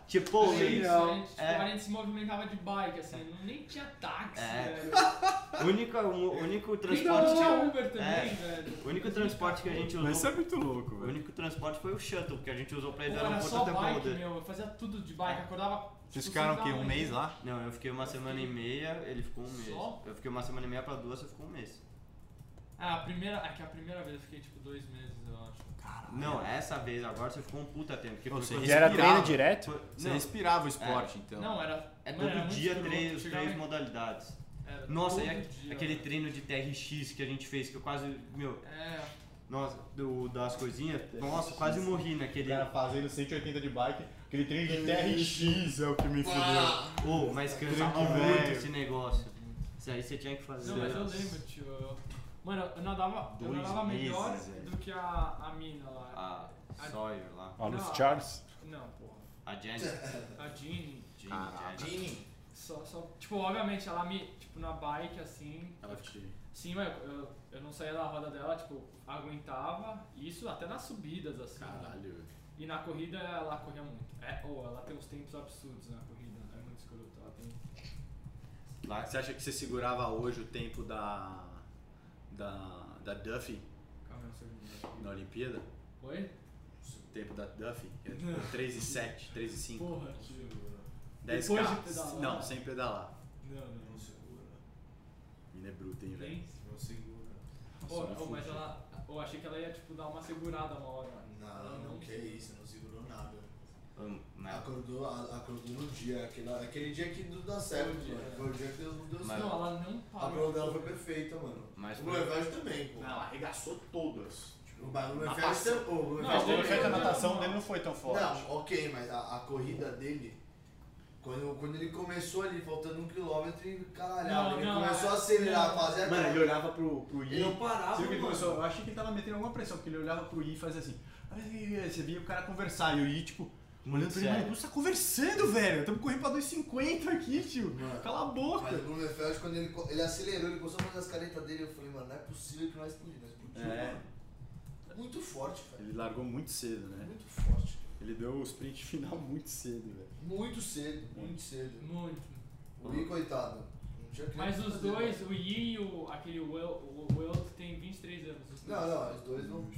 S7: tipo,
S2: Pô, é isso, a gente, tipo,
S7: É.
S2: a gente se movimentava de bike, assim, não- nem tinha táxi,
S7: É.
S2: velho.
S7: o único, o único
S2: Transporte
S7: transporte.
S2: tinha Uber também,
S7: É.
S2: velho.
S7: O único transporte que a gente
S1: Mas isso
S7: usou.
S1: é muito louco,
S7: O
S1: velho.
S7: único transporte foi o shuttle, que a gente usou pra
S2: Pô,
S7: ir dar
S2: era
S7: um
S2: só
S7: puta
S2: bike, né?
S7: tempo É.
S2: meu, eu fazia tudo de bike, acordava...
S3: Vocês
S2: tipo,
S3: ficaram o
S2: cinco
S3: quê?
S2: da
S3: Um
S2: manhã.
S3: mês lá?
S7: Não, eu fiquei uma semana e meia, ele ficou um mês.
S2: Só?
S7: Eu fiquei uma semana e meia pra duas, você ficou um mês.
S2: Ah, a primeira, é que a primeira vez eu fiquei, tipo, dois meses, eu acho.
S7: Não, essa vez agora você ficou um puta tempo. Porque
S3: Ou
S7: foi
S3: seja,
S7: quando
S4: E era
S7: você
S4: treino
S7: pirava.
S4: direto?
S7: Foi-
S3: Você
S7: não,
S3: respirava o esporte, então.
S2: Não, era...
S7: É
S2: mano,
S7: todo
S2: era muito
S7: dia
S2: escroto,
S7: três,
S2: chegava
S7: três
S2: em-
S7: modalidades.
S2: era
S7: Nossa,
S2: todo
S7: e a-
S2: dia,
S7: aquele
S2: velho.
S7: treino de TRX que a gente fez, que eu quase. Meu,
S2: É,
S7: nossa, do, das coisinhas. Nossa, quase morri naquele.
S1: fazendo 180 de bike, aquele trem de TRX é o que me fudeu.
S7: Ô, mas cansava
S1: Grande
S7: muito
S1: velho.
S7: esse negócio. Isso aí você tinha que fazer.
S2: não, mas eu lembro, tio. Eu... Mano, eu nadava, eu
S7: Dois
S2: nadava melhor
S7: meses, velho. Ah.
S2: do que a, a mina lá.
S7: A Sawyer lá.
S4: Ó, Lucy
S2: Não.
S4: Charles.
S2: Não, porra.
S7: A Jenny.
S2: A Jeannie.
S7: Jenny,
S3: Caraca.
S7: Jenny.
S2: Só, só, tipo, obviamente, ela me, tipo, na bike, assim,
S1: Ela te...
S2: sim, mas eu, eu não saía da roda dela, tipo, aguentava, isso até nas subidas, assim, né?
S1: Caralho, velho.
S2: E na corrida, ela corria muito. É, ou ela tem uns tempos absurdos na corrida, é muito escroto, ela tem...
S7: Lá,
S1: Tá, Você acha que você segurava hoje o tempo da. da. da Duffy
S2: Calma, eu não sei o
S1: na Olimpíada?
S2: que é. Oi?
S1: O tempo da Duffy? É tipo 3 e 7, 3 e 5.
S2: Porra, tio.
S1: 10
S2: Depois
S1: k
S2: de pedalar.
S1: Não, sem pedalar.
S2: Não, não,
S5: Não segura.
S1: Mina é bruta, hein, velho.
S2: Quem?
S5: Não segura.
S2: Ô, ô, mas ela, eu achei que ela ia, tipo, dar uma segurada uma hora.
S6: Não, não que isso, não segurou nada.
S7: hum, mas-
S6: Acordou, a- acordou no dia, aquele, aquele dia que não dá certo,
S2: Foi o
S6: mano.
S2: dia.
S6: Foi o dia que Deus não deu
S7: Mas-
S2: Não,
S6: certo.
S2: ela não
S6: A
S2: parou.
S6: prova dela foi perfeita, mano.
S7: Mas
S6: o
S7: foi-
S6: Luevage também, pô. Tipo,
S1: Não, arregaçou todas.
S6: O bagulho Luevage também. O
S2: Não,
S6: Luevage
S2: o Luevage
S3: a
S2: tá
S6: também.
S3: natação dele não foi tão forte.
S6: Não, ok, mas a, a corrida dele, quando, quando ele começou ali, faltando um quilômetro, e caralhava.
S2: Não,
S6: ele
S2: não,
S6: começou
S2: é-
S6: a acelerar,
S2: não.
S6: fazer a
S3: Mano, ele olhava pro, pro
S6: Ele não
S3: I.
S6: parava,
S1: Ah,
S3: Você viu que ele
S6: mano.
S3: começou? Eu achei que ele tava metendo alguma pressão, porque ele olhava pro I e fazia assim. "Ai, ai", Você via o cara conversar e o I, tipo, olhando pra ele,
S7: sério.
S3: mano, você tá conversando, velho? Estamos correndo pra 2,50 aqui, tio.
S6: Mano.
S3: Cala a boca.
S6: Mas o Bruno Feld, quando ele, co- ele acelerou, ele começou a fazer as caretas dele, eu falei, mano, não é possível que nós explodimos. Nós explodimos,
S1: É.
S7: É.
S6: mano. Muito forte, velho.
S1: Ele largou muito cedo, né?
S6: Muito forte.
S1: Ele deu o sprint final muito cedo, velho.
S6: Muito cedo, muito cedo.
S2: Muito.
S6: O Gui, coitado. Não tinha que
S2: Mas os
S6: fazer,
S2: dois,
S6: né?
S2: o Yi e o, aquele Will, o Will tem 23 anos. Os dois.
S6: Não, não, os dois vão.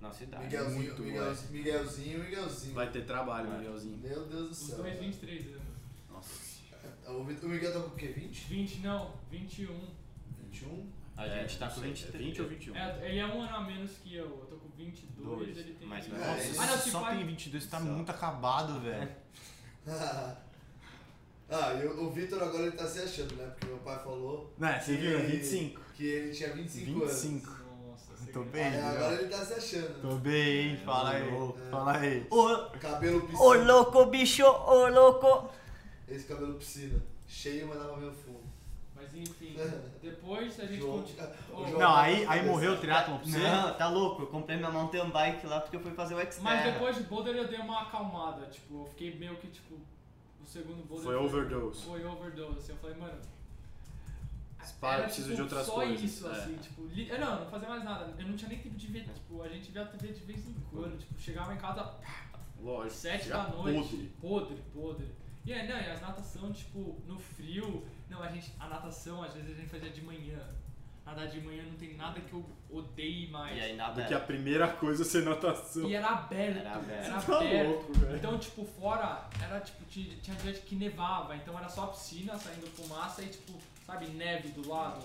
S7: Nossa idade.
S6: Miguelzinho,
S1: muito
S6: Miguel,
S1: moleque.
S6: Miguelzinho, Miguelzinho.
S1: Vai ter trabalho,
S7: Tá, Vai.
S1: Miguelzinho.
S6: Meu Deus do
S2: Os
S6: céu.
S2: dois
S6: velho.
S2: 23 anos.
S1: Nossa.
S6: O Miguel- o Miguel tá com o quê? 20?
S2: 20 não, 21.
S6: 21?
S7: A gente tá com 20,
S1: 20 ou 21.
S2: É, ele é um ano a menos que eu. Eu tô com 22,
S7: Dois,
S2: ele tem
S7: mas-
S2: 20.
S6: Nossa,
S2: Ah, não,
S3: você
S2: se
S3: só
S2: pá-
S3: tem 22, você tá
S7: Só.
S3: muito acabado, velho.
S6: ah, e Ah, o, o Vitor agora ele tá se achando, né? Porque meu pai falou
S3: Né, você viu?
S6: E-
S3: 25.
S6: que ele tinha 25, anos.
S3: 25.
S2: Nossa, você
S3: Tô
S4: Então,
S2: ganhou.
S3: bem,
S6: É,
S3: viu?
S6: agora ele tá se achando. É.
S3: Tô bem, hein? Fala aí. Fala aí.
S6: Cabelo piscina.
S7: louco, bicho, ô louco.
S6: Esse cabelo piscina. Cheio, mas dava meio fundo.
S2: Mas enfim, depois a gente
S6: É. João-
S2: continua.
S6: o João-
S3: Não, aí, aí morreu o triatlon pra você.
S7: Não, tá louco. Eu comprei minha mountain bike lá porque eu fui fazer o Xterra.
S2: Mas
S6: é.
S2: depois de Boulder eu dei uma acalmada. Tipo, eu fiquei meio que tipo. O segundo Boulder
S1: Foi overdose.
S2: Foi overdose. Assim, eu falei, mano.
S1: Para,
S2: era,
S1: preciso
S2: tipo,
S1: de outras
S2: só
S1: coisas.
S2: isso,
S1: É.
S2: assim, tipo, li- eu não, não fazia mais nada. Eu não tinha nem tempo de ver, tipo, a gente via a TV de vez em quando, tipo, chegava em casa
S1: Lógico.
S2: sete
S1: já
S2: da noite.
S1: podre.
S2: podre, podre. E aí, não, e as natação, tipo, no frio. Não, a gente. A natação, às vezes, a gente fazia de manhã. Nadar de manhã não tem nada que eu odeie mais.
S7: E aí nada.
S3: É.
S1: Do que a primeira coisa é ser natação.
S2: E era aberto.
S7: Era aberto.
S2: Era
S1: Tá
S2: aberto.
S1: louco, velho.
S2: Então, tipo, fora, era tipo, ti- tinha gente que nevava, então era só a piscina saindo fumaça e tipo, sabe, neve do lado.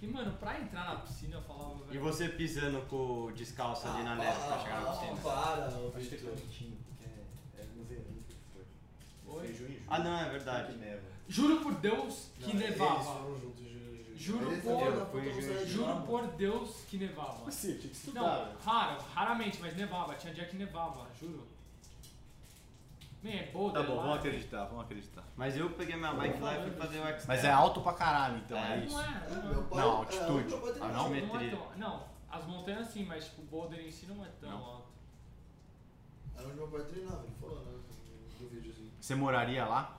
S2: E mano, pra entrar na piscina eu falava,
S7: E
S2: velho.
S7: você pisando com o descalço ali
S6: Ah,
S7: na neve pra chegar na piscina.
S6: Para, ô
S8: Acho que é
S6: Vitor.
S8: Claritinho, porque é, é museíno que foi.
S2: Oi?
S8: Foi junho e julho.
S7: Ah, não, é
S8: Que
S7: verdade.
S8: neva.
S2: Juro por Deus que
S6: é
S8: Não,
S2: nevava.
S8: Eles foram juntos, julho e julho.
S2: Juro
S8: Eles
S2: por-
S8: também,
S7: Foi
S8: puta,
S7: junho e
S8: você
S7: julho.
S2: Juro
S8: julho.
S2: por Deus que nevava.
S8: Assim, tinha que estudar,
S2: Não,
S8: velho.
S2: raro, raramente, mas nevava. Tinha dia que nevava, juro. Man, é boulder
S1: Tá bom,
S2: lá,
S1: vamos
S2: velho.
S1: acreditar, vamos acreditar.
S7: Mas eu peguei minha bike lá e fui fazer o x
S3: Mas é alto pra caralho, então, é,
S7: É,
S3: isso.
S2: Não é, não.
S6: Meu pai-
S3: Não, altitude.
S6: É, meu pai tem
S7: Ah,
S2: Não,
S6: noção.
S2: não é
S7: Altimetria.
S2: tão. Não, as montanhas sim, mas tipo, boulder em si não é tão
S3: Não.
S2: alto.
S6: Era onde meu pai treinava, ele falou, né? Do videozinho.
S3: Você moraria lá?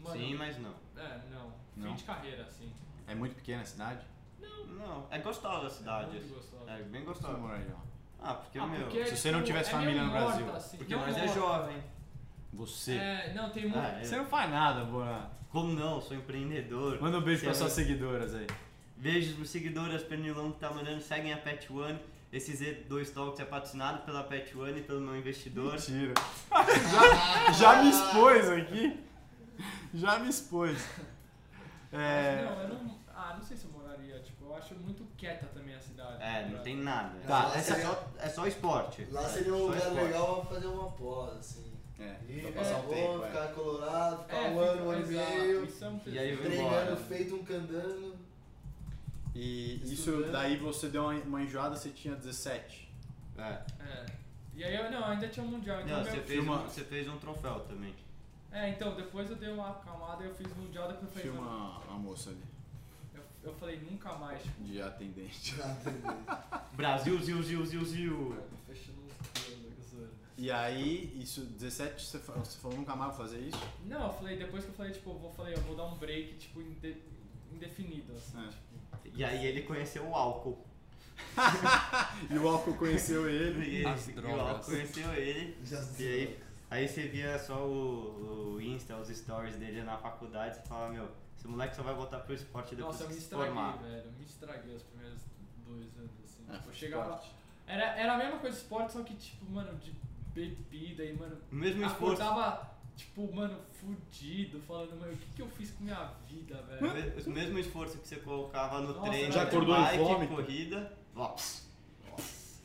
S2: Mano,
S7: Sim, mas não.
S2: É, não. Fim
S3: Não?
S2: de carreira, assim.
S3: É muito pequena a cidade?
S7: Não, é gostosa a cidade.
S2: É muito gostosa.
S7: É bem
S3: Você
S7: gostosa.
S3: moraria lá?
S7: Ah, porque,
S2: Ah,
S7: meu.
S2: porque, é
S3: se você não tivesse
S2: meio
S3: família no
S2: morta,
S3: Brasil.
S2: assim.
S7: Porque
S2: Não né?
S7: nós é
S2: morta.
S7: jovem.
S3: Você.
S2: É, não, tem muito.
S7: Ah,
S3: Você
S7: eu-
S3: não faz nada, Boran.
S7: Como não? Sou empreendedor.
S3: Manda um beijo
S7: Você
S3: pra
S7: é
S3: suas
S7: muito-
S3: seguidoras aí.
S7: Beijos pros seguidores Pernilongo que tá mandando, seguem a Pet One. Esse Z2 Talks é patrocinado pela Pet One e pelo meu investidor.
S3: Mentira. já, já me expôs aqui. Já me expôs.
S2: Mas Não,
S3: É,
S2: eu não. Ah, não sei se eu moraria. Tipo, eu acho muito quieta também a cidade.
S7: É, não tem nada.
S3: Tá,
S7: é,
S6: essa-
S7: só, é só esporte.
S6: Lá
S7: É,
S6: seria um
S7: só
S6: lugar
S7: esporte.
S6: legal pra fazer uma pós, assim.
S1: É,
S6: Ir,
S1: pra passar um
S6: bom,
S1: tempo. é.
S6: ficar colorado, ficar
S2: É,
S6: um ano,
S2: fica-
S6: um ano e
S2: exato,
S6: meio.
S2: Isso é um
S7: E aí- embora.
S6: Treinando, feito um candano.
S1: E isso
S3: é.
S6: Estudando.
S1: daí você deu uma, uma enjoada, você tinha 17.
S7: É.
S2: É. E aí eu não, ainda tinha um mundial. Então
S7: Não,
S2: meu-
S7: você fez, um,
S1: filma-
S7: você fez um troféu também.
S2: É, então, depois eu dei uma acalmada e eu fiz o mundial, depois eu falei,
S1: Tinha
S2: mano,
S1: uma, uma moça ali,
S2: eu, eu falei nunca mais, tipo,
S1: de atendente.
S7: Brasil, Zil, Zil, Zil, Zil.
S2: fechando os planos, que zoeira.
S1: E aí, isso, 17, você fa- você falou nunca mais vou fazer isso?
S2: Não, eu falei, depois que eu falei, tipo, eu vou, falei, eu vou dar um break, tipo, inde- indefinido, assim.
S1: É.
S7: E aí ele conheceu o álcool.
S1: E o álcool conheceu ele.
S7: E,
S3: As
S7: e
S3: drogas.
S7: o álcool conheceu ele. E aí, aí você via só o, o Insta, os stories dele na faculdade, você fala, meu, esse moleque só vai voltar pro esporte depois
S2: Nossa, eu
S7: que
S2: me
S7: se
S2: estraguei,
S7: formar.
S2: velho. Eu me estraguei os primeiros dois anos, assim.
S1: É,
S2: tipo, eu chegava. Era, era a mesma coisa de esporte, só que, tipo, mano, de bebida e, mano,
S7: O mesmo esforço.
S2: acordava, tipo, mano, fudido, falando, mano, o que, que eu fiz com minha vida, velho?
S7: O mesmo esforço que você colocava no
S2: Nossa,
S7: treino,
S2: já
S7: de
S1: acordou em
S7: bike,
S1: vômito?
S7: corrida, vops.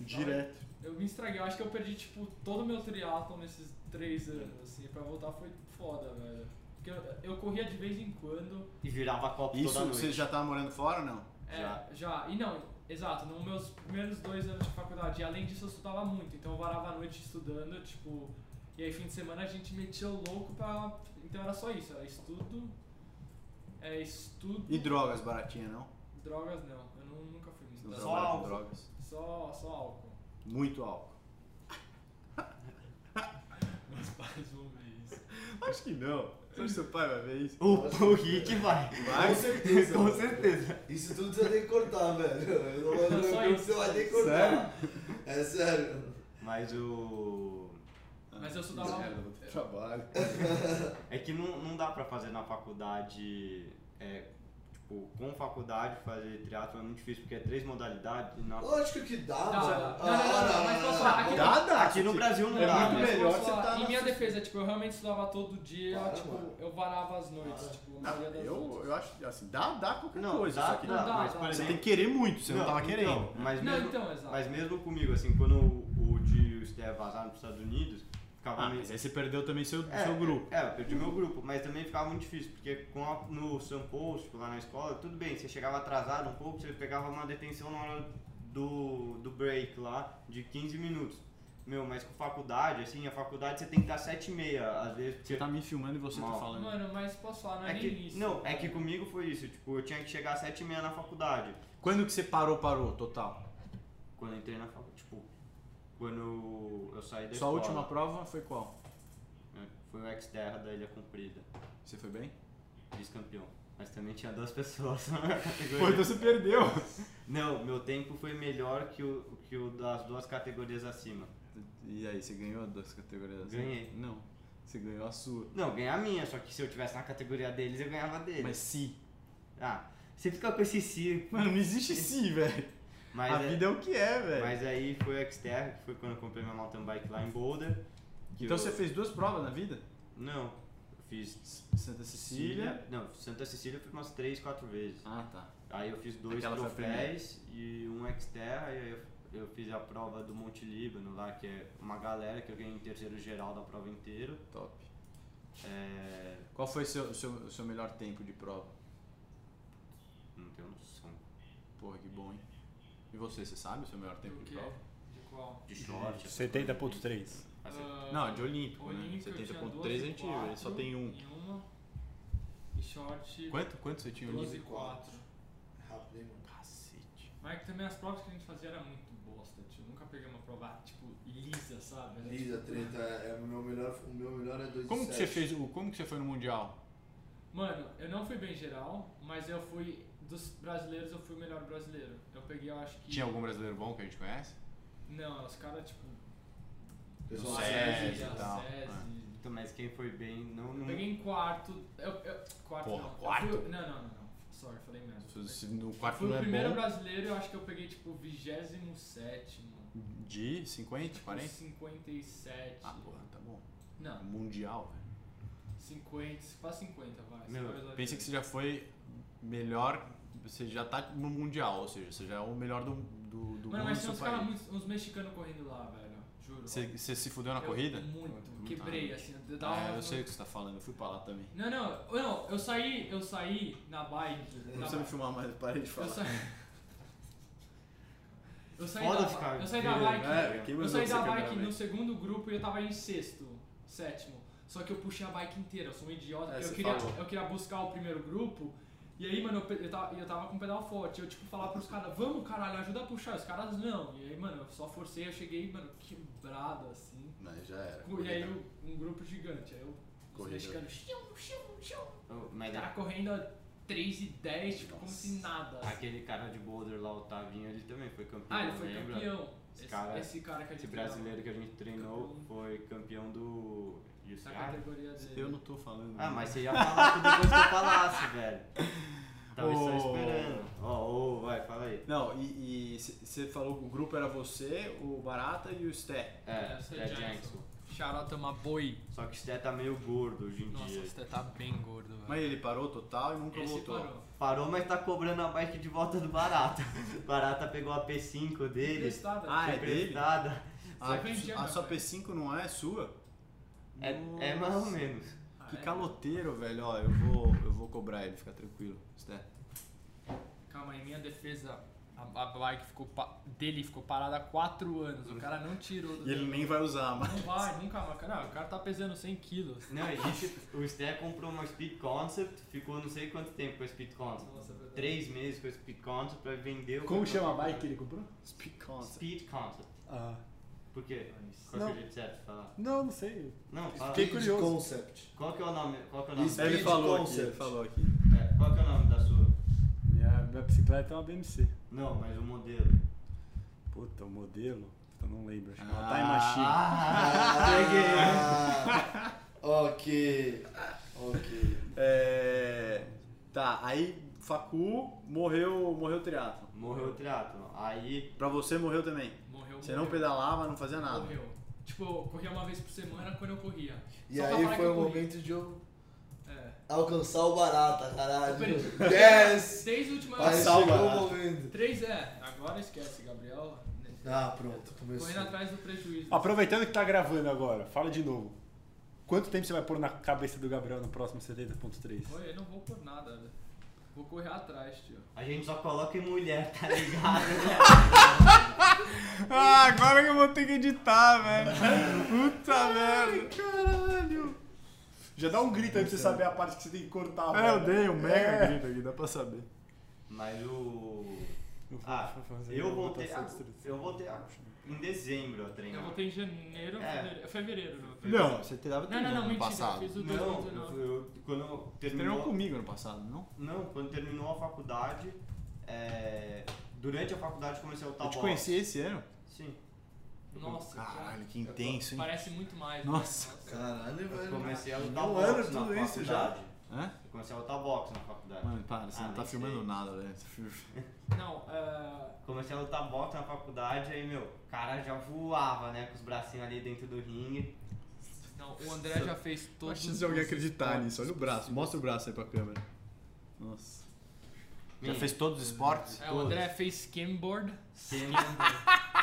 S1: Direto.
S2: Eu me estraguei, eu acho que eu perdi, tipo, todo o meu triatlon nesses três anos, assim, pra voltar foi foda, velho. Porque eu, eu corria de vez em quando,
S7: E virava copo
S1: Isso
S7: toda noite.
S1: você já tava morando fora ou não?
S2: é,
S7: Já.
S2: já. E não, exato, nos meus primeiros dois anos de faculdade, e além disso eu estudava muito, então eu varava a noite estudando, tipo, e aí fim de semana a gente metia o louco pra. Então era só isso, era estudo. É estudo.
S1: E drogas baratinha, não?
S2: Drogas não, eu nu- nunca fui
S1: Você não
S2: muito.
S7: Só
S1: trabalha com
S7: álcool.
S1: drogas.
S2: Só, só álcool.
S1: Muito álcool.
S2: Meus pais vão ver isso.
S1: Acho que não. Você acha que seu pai vai ver isso?
S7: O, o Rick vai.
S6: Com certeza.
S7: Com certeza.
S6: Isso tudo você tem que cortar, velho. Eu não vou
S2: Só
S6: ver o que
S2: isso.
S6: você vai ter que cortar. É sério.
S7: Mas o.
S2: Mas eu estudava-
S1: Merda, vou ter trabalho.
S7: É que não, não dá pra fazer na faculdade. é, tipo, com faculdade fazer triatlon é muito difícil, porque é três modalidades. e na-
S6: Lógico que dá,
S2: Dá,
S6: mano. Ah,
S2: dá. Não, não, não, não, mas posso falar, aqui-
S1: Dá, dá.
S7: Aqui no Brasil não
S1: É
S7: dá.
S1: muito
S7: né?
S2: mas
S1: melhor
S2: posso
S1: você
S2: falar,
S1: tá
S2: Em
S1: na
S2: minha
S1: sua-
S2: defesa, tipo, eu realmente estudava todo dia,
S6: Para,
S2: tipo,
S6: mano.
S2: eu varava as noites,
S6: Para.
S3: Ah,
S2: tipo,
S1: Não,
S2: maioria das
S1: eu,
S2: noites.
S1: eu acho assim, dá, dá qualquer
S7: Não,
S1: coisa.
S7: dá,
S1: só que
S7: dá,
S2: dá,
S7: mas
S2: dá, dá.
S7: por
S3: Você
S7: exemplo.
S3: tem que querer muito, você não, tava
S7: então,
S3: querendo.
S7: mas
S2: Não,
S7: mesmo,
S2: então, exato.
S7: Mas mesmo comigo, assim, quando o, o de Esteve vazar nos Estados Unidos, ficava
S3: Ah,
S7: meio.
S3: mas aí você perdeu também seu,
S7: É,
S3: seu grupo.
S7: É, eu perdi meu grupo, mas também ficava muito difícil, porque com a- no São Paulo, tipo, lá na escola, tudo bem, você chegava atrasado um pouco, você pegava uma detenção na hora do, do break lá, de 15 minutos. Meu, mas com faculdade, assim, a faculdade você tem que estar 7 e meia, às vezes, porque...
S3: Você tá me filmando e você
S7: Mal.
S3: tá falando.
S2: Mano, mas posso falar, não é,
S7: É
S2: nem
S7: que,
S2: isso.
S7: não, é que comigo foi isso, tipo, eu tinha que chegar às 7 e meia na faculdade.
S3: Quando que você parou, parou, total?
S7: Quando eu entrei na faculdade, tipo, quando eu saí da
S3: Sua
S7: escola.
S3: última prova foi qual?
S7: né, Foi o ex-terra da Ilha Comprida.
S3: Você foi bem?
S7: vice-campeão. Mas também tinha duas pessoas na minha categoria.
S3: Pô, então você perdeu.
S7: Não, meu tempo foi melhor que o, que o das duas categorias acima.
S1: E aí, você ganhou das categorias?
S7: Ganhei.
S1: Não. Você ganhou a sua.
S7: Não, ganhei a minha, só que se eu tivesse na categoria deles, eu ganhava deles.
S3: Mas se.
S7: Ah, você fica com esse circo.
S3: Mano, não existe se, velho.
S7: Mas
S3: A
S7: é-
S3: vida é o que é, velho.
S7: Mas aí foi o Xterra, que foi quando eu comprei minha mountain bike lá em Boulder. que
S3: Então
S7: eu-
S3: você fez duas provas na vida?
S7: Não, eu fiz
S3: Santa Cecília.
S7: Não, Santa Cecília eu fui umas 3, 4 vezes.
S3: Ah, tá.
S7: Aí eu fiz dois
S3: Aquela foi a
S7: troféus e um Xterra. E aí eu, eu fiz a prova do Monte Líbano lá, que é uma galera que eu ganhei em terceiro geral da prova inteira.
S3: Top.
S7: É...
S3: Qual foi o seu, seu, seu melhor tempo de prova?
S7: Não tenho noção.
S3: Porra, que bom, hein? E você, você sabe o seu melhor tempo
S2: O
S3: de
S2: quê?
S3: prova?
S2: De qual?
S4: Uhum.
S7: De short. essas coisas.
S4: 70.3.
S7: Ah, você-
S2: Ah,
S3: Não, é de olímpico,
S2: Olímpico, eu
S3: né?
S2: tinha
S3: 70.3 a
S2: 12,
S3: gente ele só tem um.
S2: em uma. E short
S3: Quanto, quanto você tinha olímpico?
S2: 12 e 4.
S8: Rápido, hein, mano?
S3: Cacete.
S2: Mas é que também as provas que a gente fazia era muito bosta, tio. Nunca peguei uma prova, tipo, lisa, sabe? Era,
S8: Lisa,
S2: tipo,
S8: treta, é o meu melhor, o meu melhor é 2
S3: Como que você fez o. Como que você foi no Mundial?
S2: Mano, eu não fui bem geral, mas eu fui. Dos brasileiros, eu fui o melhor brasileiro. Eu peguei, eu acho que.
S3: Tinha algum brasileiro bom que a gente conhece?
S2: Não, os caras, tipo.
S8: Pessoal,
S3: Não
S8: assim,
S3: sei.
S8: né?
S3: SESI e tal, né?
S2: SESI.
S7: Então, mas quem foi bem não.
S2: Eu
S7: não...
S2: peguei em quarto. Eu, eu, quarto
S3: Porra,
S2: não. Eu
S3: quarto?
S2: fui- não, não, não, não. Sorry, falei merda.
S3: Se- se No quarto
S2: Fui
S3: não
S2: o
S3: é
S2: primeiro
S3: bom.
S2: brasileiro, eu acho que eu peguei tipo 27,
S3: De 50,
S2: Tipo,
S3: 40?
S2: 57.
S3: Ah, porra, tá bom.
S2: Não,
S3: Mundial, velho.
S2: 50, quase 50, vai.
S7: Meu,
S2: Você vai
S3: Pensa que você já foi melhor. Você já tá no Mundial, ou seja, você já é o melhor do, do, do
S2: Mano,
S3: mundo.
S2: mas tinha
S3: do seu
S2: uns, caras
S3: país.
S2: muito- uns mexicanos correndo lá, velho. Juro.
S3: Você, você se fudeu na
S2: Eu-
S3: corrida?
S2: Muito.
S3: Ah,
S2: Quebrei, assim. Eu dava
S3: é,
S2: uma-
S3: eu sei o que você tá falando, eu fui pra lá também.
S2: Não, não, eu- não, eu saí, eu saí na bike.
S3: Não
S2: na
S3: precisa me filmar mais, parei de
S2: Eu
S3: falar.
S2: saí. Eu saí,
S7: Foda
S2: da,
S7: ficar
S2: eu saí da bike.
S3: É, quem
S2: eu
S3: mandou
S2: saí
S3: você
S2: da
S3: quebrar,
S2: bike
S3: velho?
S2: no segundo grupo e eu tava em sexto, sétimo. Só que eu puxei a bike inteira, eu sou um idiota.
S1: É,
S2: eu,
S1: você
S2: queria,
S1: falou.
S2: eu queria buscar o primeiro grupo. E aí, mano, eu, pe- eu tava, eu tava com o pedal forte. Eu, tipo, falava pros caras, vamos, caralho, ajuda a puxar. Os caras, não. E aí, mano, eu só forcei, eu cheguei, mano, quebrado, assim.
S1: Mas já
S3: É
S1: era.
S2: E aí, o- um grupo gigante. Aí, eu, os
S1: Corrida.
S2: mexicanos, "Xiu, xiu, xiu".
S7: Oh,
S2: O
S7: mas
S2: cara correndo a 3 e 10, tipo, como
S1: Nossa.
S2: se nada. assim.
S7: aquele cara de Boulder lá, o Tavinho, ele também foi campeão.
S2: Ah, ele foi
S7: lembra?
S2: campeão.
S7: Esse
S2: Esse,
S7: cara-
S2: esse cara que a gente
S7: Esse brasileiro que a gente treinou
S2: Campeão.
S7: foi campeão do. UCI.
S2: Da categoria dele.
S3: Eu não tô falando.
S7: Ah, mas você ia falar tudo depois que eu falasse, velho. Tava só
S3: Ô.
S7: esperando. Ó, ô, vai, fala aí.
S3: Não, e você falou que o grupo era você, o Barata e o Sté.
S7: É,
S2: Essa
S7: Jack
S2: Jackson.
S7: Jackson.
S2: Charota uma boi.
S7: Só que o Sté tá meio gordo hoje em
S2: Nossa,
S7: dia.
S2: você tá bem gordo, velho.
S3: Mas ele parou total e nunca
S2: Esse
S3: voltou.
S2: parou.
S7: Parou, mas tá cobrando a bike de volta do Barata. O Barata pegou a P5 dele.
S2: Emprestada.
S3: Ah, é
S7: foi
S3: dele?
S7: emprestada.
S3: A,
S2: Você vendia,
S3: a
S2: meu
S3: sua
S2: velho.
S3: P5 não é sua?
S7: É, é mais ou menos.
S2: Ah,
S3: Que
S2: é?
S3: caloteiro, velho. Ó, eu vou, eu vou cobrar ele, fica tranquilo, Sté.
S2: Calma aí, minha defesa. A, a bike ficou pa- dele ficou parada há 4 anos. O cara não tirou do
S3: E ele nem vai usar, mas.
S2: Não vai, nunca mais. Não, o cara tá pesando 100 quilos.
S7: Não, e isso, o Sté comprou uma Speed Concept, ficou não sei quanto tempo com a Speed Concept.
S2: Nossa, é verdade.
S7: Três meses com a Speed Concept pra vender. o-
S4: Como chama a bike que ele comprou?
S3: Speak concept.
S7: Speed Concept.
S4: Ah.
S7: Por quê? Qual que é
S4: Não.
S7: o jeito certo de falar?
S4: Não, não sei.
S7: Não, fala.
S4: Fiquei
S6: Speed
S4: curioso.
S6: Concept.
S7: Qual que é o nome? Qual que é o nome?
S6: Isso.
S3: Ele
S6: Speed
S3: falou aqui,
S6: concept.
S3: ele falou aqui.
S7: É, qual que é o nome da sua?
S4: Minha, minha bicicleta é uma BMC.
S7: Não, mas o modelo.
S4: Puta, o modelo? Puta, não lembro. Acho que é uma
S3: Ah.
S4: Time Machine.
S6: Ah, ok. Ok.
S3: É. Tá, aí Facu morreu, morreu triatlo.
S7: Morreu o triatlon. Aí,
S3: Pra você morreu também.
S2: Morreu,
S3: Você
S2: morreu.
S3: não pedalava, não fazia nada.
S2: Morreu. Tipo, eu corria uma vez por semana quando eu corria.
S6: E
S2: Só pra
S6: aí
S2: falar que
S6: foi
S2: eu
S6: o
S2: corri.
S6: momento de eu
S2: É.
S6: alcançar o barata, caralho.
S2: Super-
S6: Yes!
S2: Seis últimas
S6: Aí
S3: Passar o
S6: chegou o
S3: Barata.
S6: momento.
S2: Três é. Agora esquece, Gabriel.
S6: Ah, pronto, começou.
S2: Correndo atrás do prejuízo.
S4: Aproveitando que tá gravando agora, fala de novo. Quanto tempo você vai pôr na cabeça do Gabriel no próximo 70.3?
S2: Olha, eu não vou por nada, velho. Vou correr atrás, tio.
S7: a gente só coloca em mulher, tá ligado?
S3: Ah, agora que eu vou ter que editar, velho. Puta merda. Caralho.
S4: Já dá um grito aí pra você saber a parte que você tem que cortar.
S3: É, eu
S4: velho.
S3: dei um mega
S4: É.
S3: grito aqui, dá pra saber.
S7: Mas o. Ah,
S4: vou fazer
S7: eu
S4: uma
S7: voltei,
S4: votação de
S7: a-
S4: destruição.
S7: eu voltei a- em dezembro a
S2: Eu
S7: treinar.
S2: voltei em janeiro,
S7: É.
S2: fevereiro. Fevereiro, não.
S3: Não, você treinava
S2: Não, não, não, mentira.
S6: passado.
S2: Fiz o
S7: Não,
S2: 2019.
S7: eu, eu, quando
S3: Você treinou
S7: terminou,
S3: comigo ano passado, não?
S7: não, quando terminou a faculdade, é, durante a faculdade comecei a lutar
S3: Eu te
S7: boxe.
S3: conheci esse ano.
S7: Sim.
S2: Nossa, cara,
S3: Caralho, que intenso, hein?
S2: parece muito mais. né?
S3: Nossa.
S8: Caralho,
S7: Eu
S8: velho.
S7: comecei a lutar
S8: Um
S7: boxe
S8: ano
S7: na
S8: tudo
S7: faculdade.
S8: isso já.
S3: Hã?
S7: Eu comecei a lutar boxe na faculdade.
S3: Mano, para, você
S7: Ah,
S3: não tá
S7: nem
S3: filmando
S7: sei.
S3: nada, velho. Você filma-
S2: Não, é,
S7: Comecei a lutar boxe na faculdade, aí, meu, o cara já voava, né, com os bracinhos ali dentro do ringue.
S2: não, o André já fez
S3: Não há
S2: todos
S3: chance de alguém
S2: os-
S3: acreditar nisso. Olha o braço, mostra o braço aí pra câmera. Nossa. Já
S7: Meu,
S3: fez todos os esportes?
S2: É, o André fez skimboard.
S7: skin-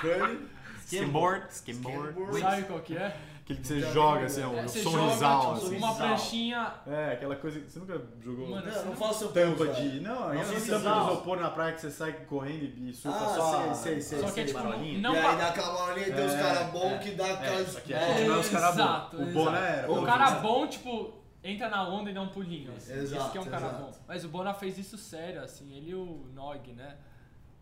S8: Curry,
S3: Skimboard. Skimboard.
S2: Sabe qual que é?
S3: Aquele que você joga assim, ó,
S2: É,
S3: um
S2: você
S3: sorrisal,
S2: joga, tipo,
S3: assim.
S2: uma
S7: Sorrisal.
S2: pranchinha.
S3: É, aquela coisa que você nunca jogou.
S2: Mano,
S8: Não,
S2: você
S8: não
S2: não-
S8: faço
S3: Tampa de. Não, é
S8: Não,
S3: aquela tampa de
S8: sorrisal.
S3: isopor na praia que você sai correndo e e surfa
S8: Ah,
S3: só.
S8: sei, sei, sei,
S2: Só que é tipo,
S3: marolinha.
S2: não
S8: e
S2: ba-
S8: aí dá aquela bolinha e tem uns
S3: É,
S8: caras bons que dá aquela.
S3: isso aqui é, não é os caras
S2: Exato,
S3: bons. O bom,
S2: exato.
S3: né? Era
S2: O
S3: pelo
S2: cara
S3: menos-
S2: bom, tipo, entra na onda e dá um pulinho. Assim. Isso
S8: Exato,
S2: que é um cara
S8: exato.
S2: bom. Mas o Bona fez isso sério, assim. Ele e o Nog, né?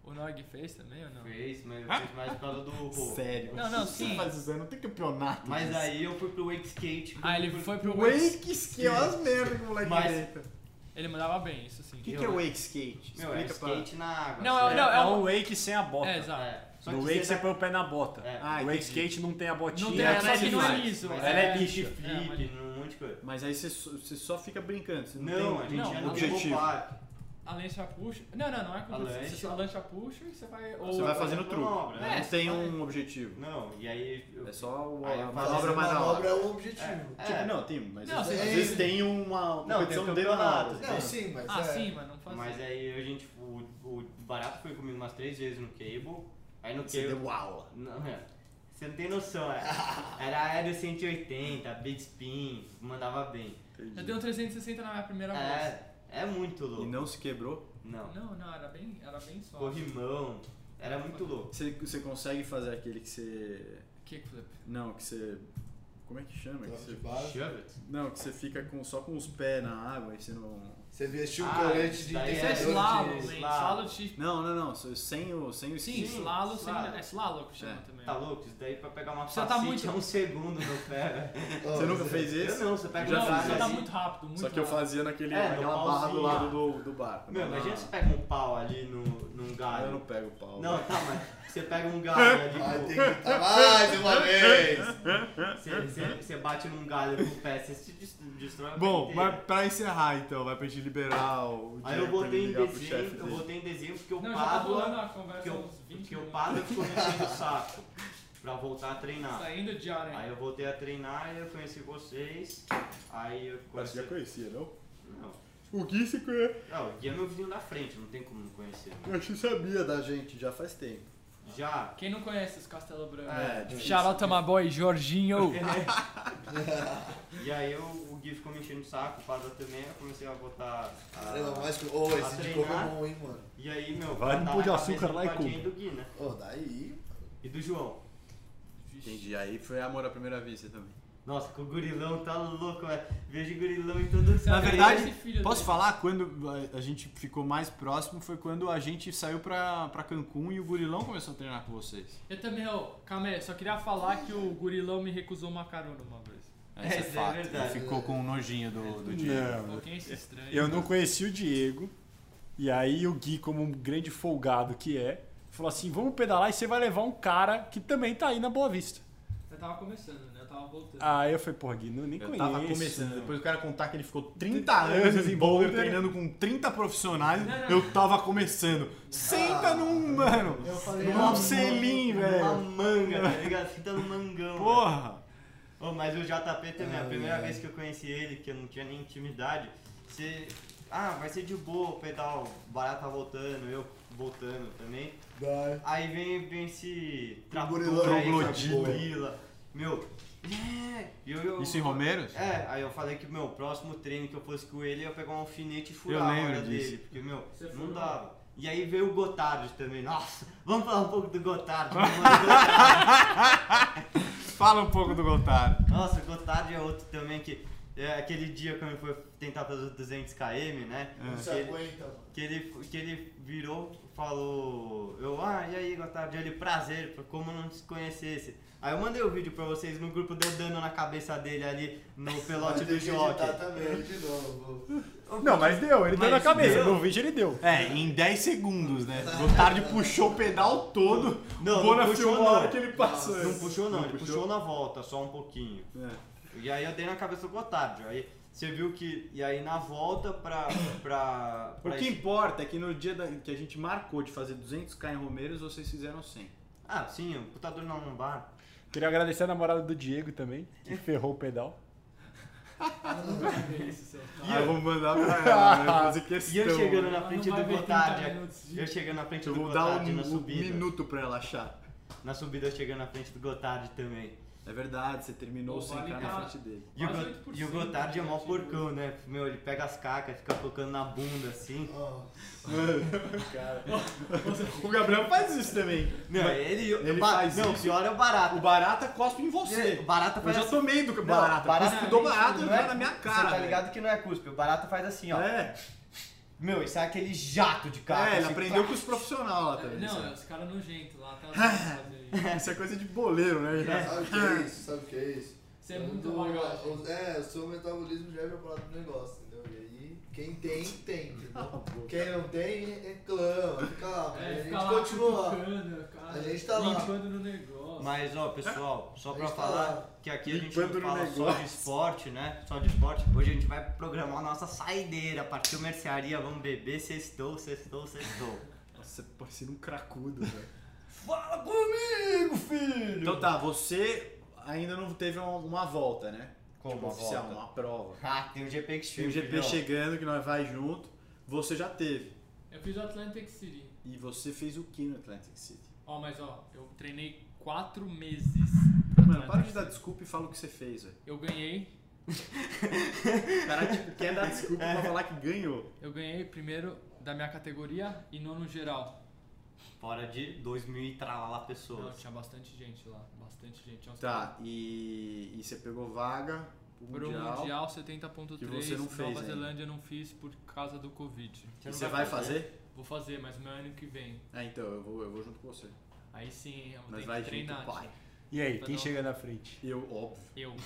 S2: O Nog fez também ou não?
S7: Fez, mas eu fiz mais por causa do.
S3: Sério.
S2: Não, não,
S3: Você
S2: sim.
S3: faz isso aí, não tem campeonato.
S7: Mas
S3: disso.
S7: aí eu fui pro wake skate.
S2: Ah, ele foi pro Wake.
S3: Wake skate, olha as merdas que o moleque
S7: Mas-
S3: inventa.
S2: Ele mandava bem, isso sim.
S3: O que, que é wake skate?
S7: Meu, é skate na água.
S2: Não,
S7: assim,
S2: é- não,
S4: É
S2: um-
S4: um wake sem a bota.
S2: É, exato.
S7: É. Só
S4: No
S7: que
S4: wake
S7: você
S4: você
S7: dá-
S4: põe o pé na bota.
S7: É.
S3: tá- Ah,
S4: O wake
S3: entendi.
S4: skate não tem a botinha.
S2: Não
S4: Não
S2: tem,
S4: é
S2: ela
S4: só
S2: é que não é
S4: demais.
S2: liso.
S7: Mas
S4: Ela é
S7: é
S4: bicha.
S2: É, mas-
S7: flip, um monte de coisa.
S3: Mas aí você, só- você só fica brincando. Você não,
S7: Não, é
S3: tem...
S7: a gente
S2: não,
S7: já não
S3: objetivo.
S7: pegou parque.
S2: A lancha puxa. Não, não, não é com
S7: A
S2: você.
S7: lancha.
S2: Você só lancha puxa e você vai. Ou...
S3: Você vai fazendo
S7: Não,
S3: truque.
S7: obra,
S3: né?
S2: é.
S3: Não tem um objetivo.
S7: Não, e aí. eu-
S3: É só o-
S7: Aí eu
S3: a
S7: faço
S3: manobra
S7: essa
S3: mais na
S8: obra
S3: hora.
S8: é o objetivo.
S7: É,
S3: Tipo, não, tem, mas
S2: Não,
S3: às
S2: você-
S3: vezes tem uma
S7: Não,
S3: competição
S7: tem um
S3: dele na
S7: campeonato,
S3: hora. tá
S8: Não, sim, mas.
S2: Ah,
S8: é.
S2: sim, mas não faz.
S7: Mas aí a gente. O, o barato foi comigo umas três vezes no cable. Aí no
S3: Você
S7: cable.
S3: deu aula.
S7: Não, é. Você não tem noção, era, era aéreo 180, big spin, mandava bem.
S3: é-
S2: Eu dei um 360 na minha primeira vez.
S7: É, é muito
S3: um- E
S7: louco.
S3: não se quebrou.
S7: Não,
S2: Não, não, era bem, era bem só.
S7: corrimão, era muito louco.
S3: Você, você consegue fazer aquele que você.
S2: Kickflip.
S3: Não, que você. Como é que chama? Que
S8: Troca Então, de
S3: você-
S8: base.
S7: Shove it.
S3: não, que você fica com, só com os pés na água e você não.
S8: Você vestiu
S7: Ah,
S8: um colete
S7: isso
S8: de
S7: daí
S2: Isso é,
S7: É,
S2: slalom,
S8: de-
S2: man.
S7: slalom.
S2: Slalom, tipo.
S3: Não, não, não. só- Sem o. Sem o
S2: Sim,
S3: esqui.
S2: slalom, sem.
S7: slalom.
S2: É slalom que chama também.
S7: Tá louco? Isso daí pra pegar uma
S2: Você tá
S7: facete
S2: muito-
S7: é um segundo no pé. né? velho.
S8: Ó,
S3: Você nunca fez
S7: Eu
S3: isso?
S7: não, você pega
S3: Já
S7: um
S2: não,
S3: fiz,
S7: braço
S2: você tá
S7: assim.
S2: muito rápido, muito
S3: Só que eu
S2: rápido.
S3: fazia naquele,
S7: É,
S3: naquela barra
S7: no
S3: do
S7: pauzinho.
S3: lado do, do barco.
S7: Meu,
S3: Na-
S7: imagina você pega um pau ali no, num
S3: Eu
S7: galho.
S3: não pego o pau.
S7: Não, tá, mas você pega um galho ali,
S8: Vai ter
S7: pô,
S8: que gritar mais uma vez.
S7: você, você- você bate num galho com o pé, você se des- destrói o pé
S3: Bom,
S7: inteiro.
S3: mas pra encerrar então, vai pra gente liberar o
S7: Aí
S3: Diego pra
S7: eu
S3: ele
S7: botei em
S3: ligar pro chefe
S7: dezembro, eu
S3: dele.
S7: botei em dezembro porque o
S2: Não, já tá rolando
S7: Pádua,
S2: a conversa
S7: porque
S2: há
S7: o,
S2: uns 20
S7: porque o
S2: minutos.
S7: Pádua ficou me enchendo o saco pra voltar a treinar.
S2: Saindo Tá de área.
S7: Aí eu voltei a treinar e eu conheci vocês, aí eu
S3: Mas você
S7: comecei...
S3: já conhecia, não?
S7: Não,
S3: O Gui se conhece.
S7: não, o Gui é meu vizinho da frente, não tem como não conhecer. né?
S3: Eu acho que sabia da gente já faz tempo.
S7: Já,
S2: Quem não conhece os Castelo Branco?
S3: É, difícil.
S2: Charota Maboy, Jorginho.
S7: e aí eu, o Gui ficou me enchendo o saco, o Pádua também, eu comecei a botar... a-
S8: Caramba, Ah, mas. que- Ô, esse de coco é
S7: treinar.
S8: bom, hein, mano.
S7: E aí, meu,
S4: Vai no
S7: tá
S4: Pão de
S7: na
S4: Açúcar
S7: cabeça do
S4: lá e
S7: Vadinha
S4: compra.
S7: do Gui, né?
S8: Ô, daí.
S7: E do João.
S3: Entendi, aí foi amor à primeira vista também.
S7: Nossa, que o gurilão tá louco, velho. Vejo gurilão em todo
S2: Você
S3: Na
S2: até
S3: verdade,
S2: né? esse filho
S3: Posso
S2: dele.
S3: falar, quando a- a gente ficou mais próximo foi quando a gente saiu pra, pra Cancún e o Gurilão começou a treinar com vocês.
S2: Eu também, ó, calma aí, eu só queria falar que o gurilão me recusou uma carona uma vez.
S3: Essa é,
S7: É, isso é
S3: fato.
S7: verdade.
S3: Ele ficou com um nojinho do, do Diego.
S4: Não.
S2: Pô, quem é esse estranho?
S4: Eu não conheci o Diego. E aí o Gui, como um grande folgado que é, falou assim: vamos pedalar e você vai levar um cara que também tá aí na Boa Vista.
S2: Você tava começando, né? Eu tava voltando.
S6: Ah.
S4: Aí eu falei, porra, Gui, não, nem
S3: Eu
S4: conheço.
S3: tava começando, depois o cara contar que ele ficou 30 anos em Boulder treinando com 30 profissionais,
S2: Não, não.
S3: eu tava começando. Senta num, mano,
S8: Eu falei,
S3: num
S8: ah,
S4: é
S3: ocelim,
S7: Uma
S3: velho.
S7: manga, tá ligado? Assim tá no mangão. velho.
S3: Porra.
S7: Ô, mas o JP também, a
S8: Ai,
S7: primeira
S8: ai.
S7: vez que eu conheci ele, que eu não tinha nem intimidade, você. Ah, vai ser de boa o pedal, o barata voltando, eu voltando também.
S8: Dá.
S7: Aí vem, vem esse trator
S8: gurilão
S7: aí,
S3: troglodita.
S7: gorila. Meu, é, e eu, eu,
S3: Isso em Romeiros?
S7: É, aí eu falei que, meu, próximo treino que eu fosse com ele, eu ia pegar um alfinete e furar
S3: Eu
S7: a
S3: lembro
S7: roda
S3: disso.
S7: dele, porque, meu,
S2: Você
S7: não
S2: furou?
S7: dava. E aí veio o Gotardo também. Nossa, vamos falar um pouco do Gotardo. mano.
S3: Fala um pouco do Gotaro.
S7: Nossa, o Gotardo é outro também que é, aquele dia quando ele foi tentar fazer os 200 km, né?
S6: Não se
S7: Que ele-
S6: aguenta, mano.
S7: que ele, que ele virou, falou, eu, ah, e aí, boa tarde, ele, prazer, como não se conhecesse. Aí eu mandei o vídeo pra vocês no grupo, deu dano na cabeça dele ali, no pelote do
S6: Mas tem que editar
S7: Jockey.
S6: também, de novo.
S4: Não, mas deu, ele deu na
S7: Mas
S4: cabeça.
S7: deu.
S4: No vídeo ele deu.
S9: É, em 10 segundos, né? Gotardi puxou o pedal todo.
S7: Não,
S9: o
S7: não
S9: Bona
S7: puxou,
S9: filmou a
S7: não.
S9: hora que ele passou.
S7: Não puxou não, ele puxou É. na volta, só um pouquinho. E aí eu dei na cabeça do Gotardi, aí você viu que, e aí na volta pra... pra,
S3: O
S7: pra
S3: que importa é que no dia da- que a gente marcou de fazer 200k em Romeiros, vocês fizeram 100.
S7: Ah, sim, o computador na lombar.
S4: Queria agradecer a namorada do Diego também, que ferrou o pedal.
S3: Ah, eu vou mandar pra ela, né? Fazer
S7: E
S3: questão. né?
S7: eu chegando na
S2: Ela
S7: frente
S2: não vai
S7: do
S2: ver
S6: né?
S2: 30
S7: Gotardi,
S2: minutos de-
S7: eu chegando na frente
S3: Eu
S7: do
S3: vou dar
S7: Gotardi
S3: um,
S7: na
S3: um
S7: subida.
S3: minuto pra ela achar.
S7: Na subida eu chegando na frente do Gotardi também.
S3: É verdade, você terminou
S2: Pô,
S3: o 100k
S2: vale
S3: na
S2: cara.
S3: frente dele.
S7: E o,
S2: Quase 8%,
S7: Go- e o Gotardi é mó
S2: né,
S7: porcão, né? Meu, ele pega as cacas, fica tocando na bunda assim.
S3: O Gabriel faz isso também.
S7: Não, ele.
S3: ele
S7: ba-
S3: faz
S7: não,
S3: isso.
S7: pior é o barato.
S3: O barata cospe em
S7: É,
S3: você.
S7: O barata
S3: Eu
S7: faz
S3: já
S7: assim.
S3: tomei do
S7: Não,
S3: barata.
S7: barata-
S3: Cuspe do barata e
S7: Não é-
S3: vai na minha cara.
S7: Você tá
S3: velho.
S7: ligado que não é cuspe. O barata faz assim, ó.
S3: É,
S7: Meu, isso é aquele jato de caca.
S3: é, ele
S7: assim,
S3: aprendeu com os profissionais lá também.
S2: Não,
S3: sabe?
S2: os caras nojentos lá, tá? fazer isso.
S3: Isso é coisa de boleiro, né?
S6: Sabe o que é isso? Sabe o que é isso?
S2: Isso é muito
S6: Quando
S2: bagagem.
S6: o- É, o seu metabolismo já é preparado pro negócio, entendeu? E aí, quem tem, tem, entendeu? Quem não tem, reclama, fica lá.
S2: É, fica
S6: a gente
S2: lá
S6: continua.
S2: cutucando, cara,
S6: A gente tá lá.
S2: limpando no negócio.
S7: Mas, ó, pessoal, só
S6: A
S7: pra
S6: gente tá
S7: falar
S6: lá.
S7: que aqui a gente
S3: Limpando
S7: não
S3: no
S7: fala só
S3: negócio.
S7: de esporte, né? Só de esporte. Hoje a gente vai programar a nossa saideira. Partiu mercearia, vamos beber, sextou, sextou, sextou.
S3: Nossa, você parecendo um cracudo, velho.
S7: Fala comigo, filho!
S3: Então tá, você ainda não teve uma, uma volta, né?
S7: Como
S3: tipo,
S7: uma
S3: oficial,
S7: volta?
S3: uma prova.
S7: Ah, tem o GP
S3: Tem
S7: Extreme.
S3: o GP
S7: filhão.
S3: chegando, que nós vai junto. Você já teve.
S2: Eu fiz o Atlantic City.
S3: E você fez o que no Atlantic City?
S2: Ó, mas ó, eu treinei quatro meses.
S3: Mano, para de dar desculpa e fala o que você fez, velho.
S2: Eu ganhei,
S3: O cara tipo, quer dar desculpa pra falar que ganhou.
S2: eu ganhei primeiro da minha categoria e nono geral.
S7: Fora de 2 mil e tralala
S2: Não,
S7: pessoas.
S2: tinha bastante gente lá, bastante gente. Tinha uns
S3: Tá, e, e você pegou vaga pro
S2: Pro
S3: mundial.
S2: um Mundial
S3: que
S2: 70.3,
S3: você não fez
S2: Nova
S3: ainda.
S2: Zelândia eu não fiz por causa do Covid.
S3: E você vai fazer?
S2: Vou fazer, mas meu ano que vem.
S3: Ah, então, eu vou, eu vou junto com você.
S2: Aí sim, eu
S3: Mas
S2: tenho
S3: vai
S2: que treinar.
S3: junto, pai.
S4: E aí,
S2: Tá
S4: quem
S2: bom.
S4: chega na frente?
S3: Eu, óbvio.
S2: Eu.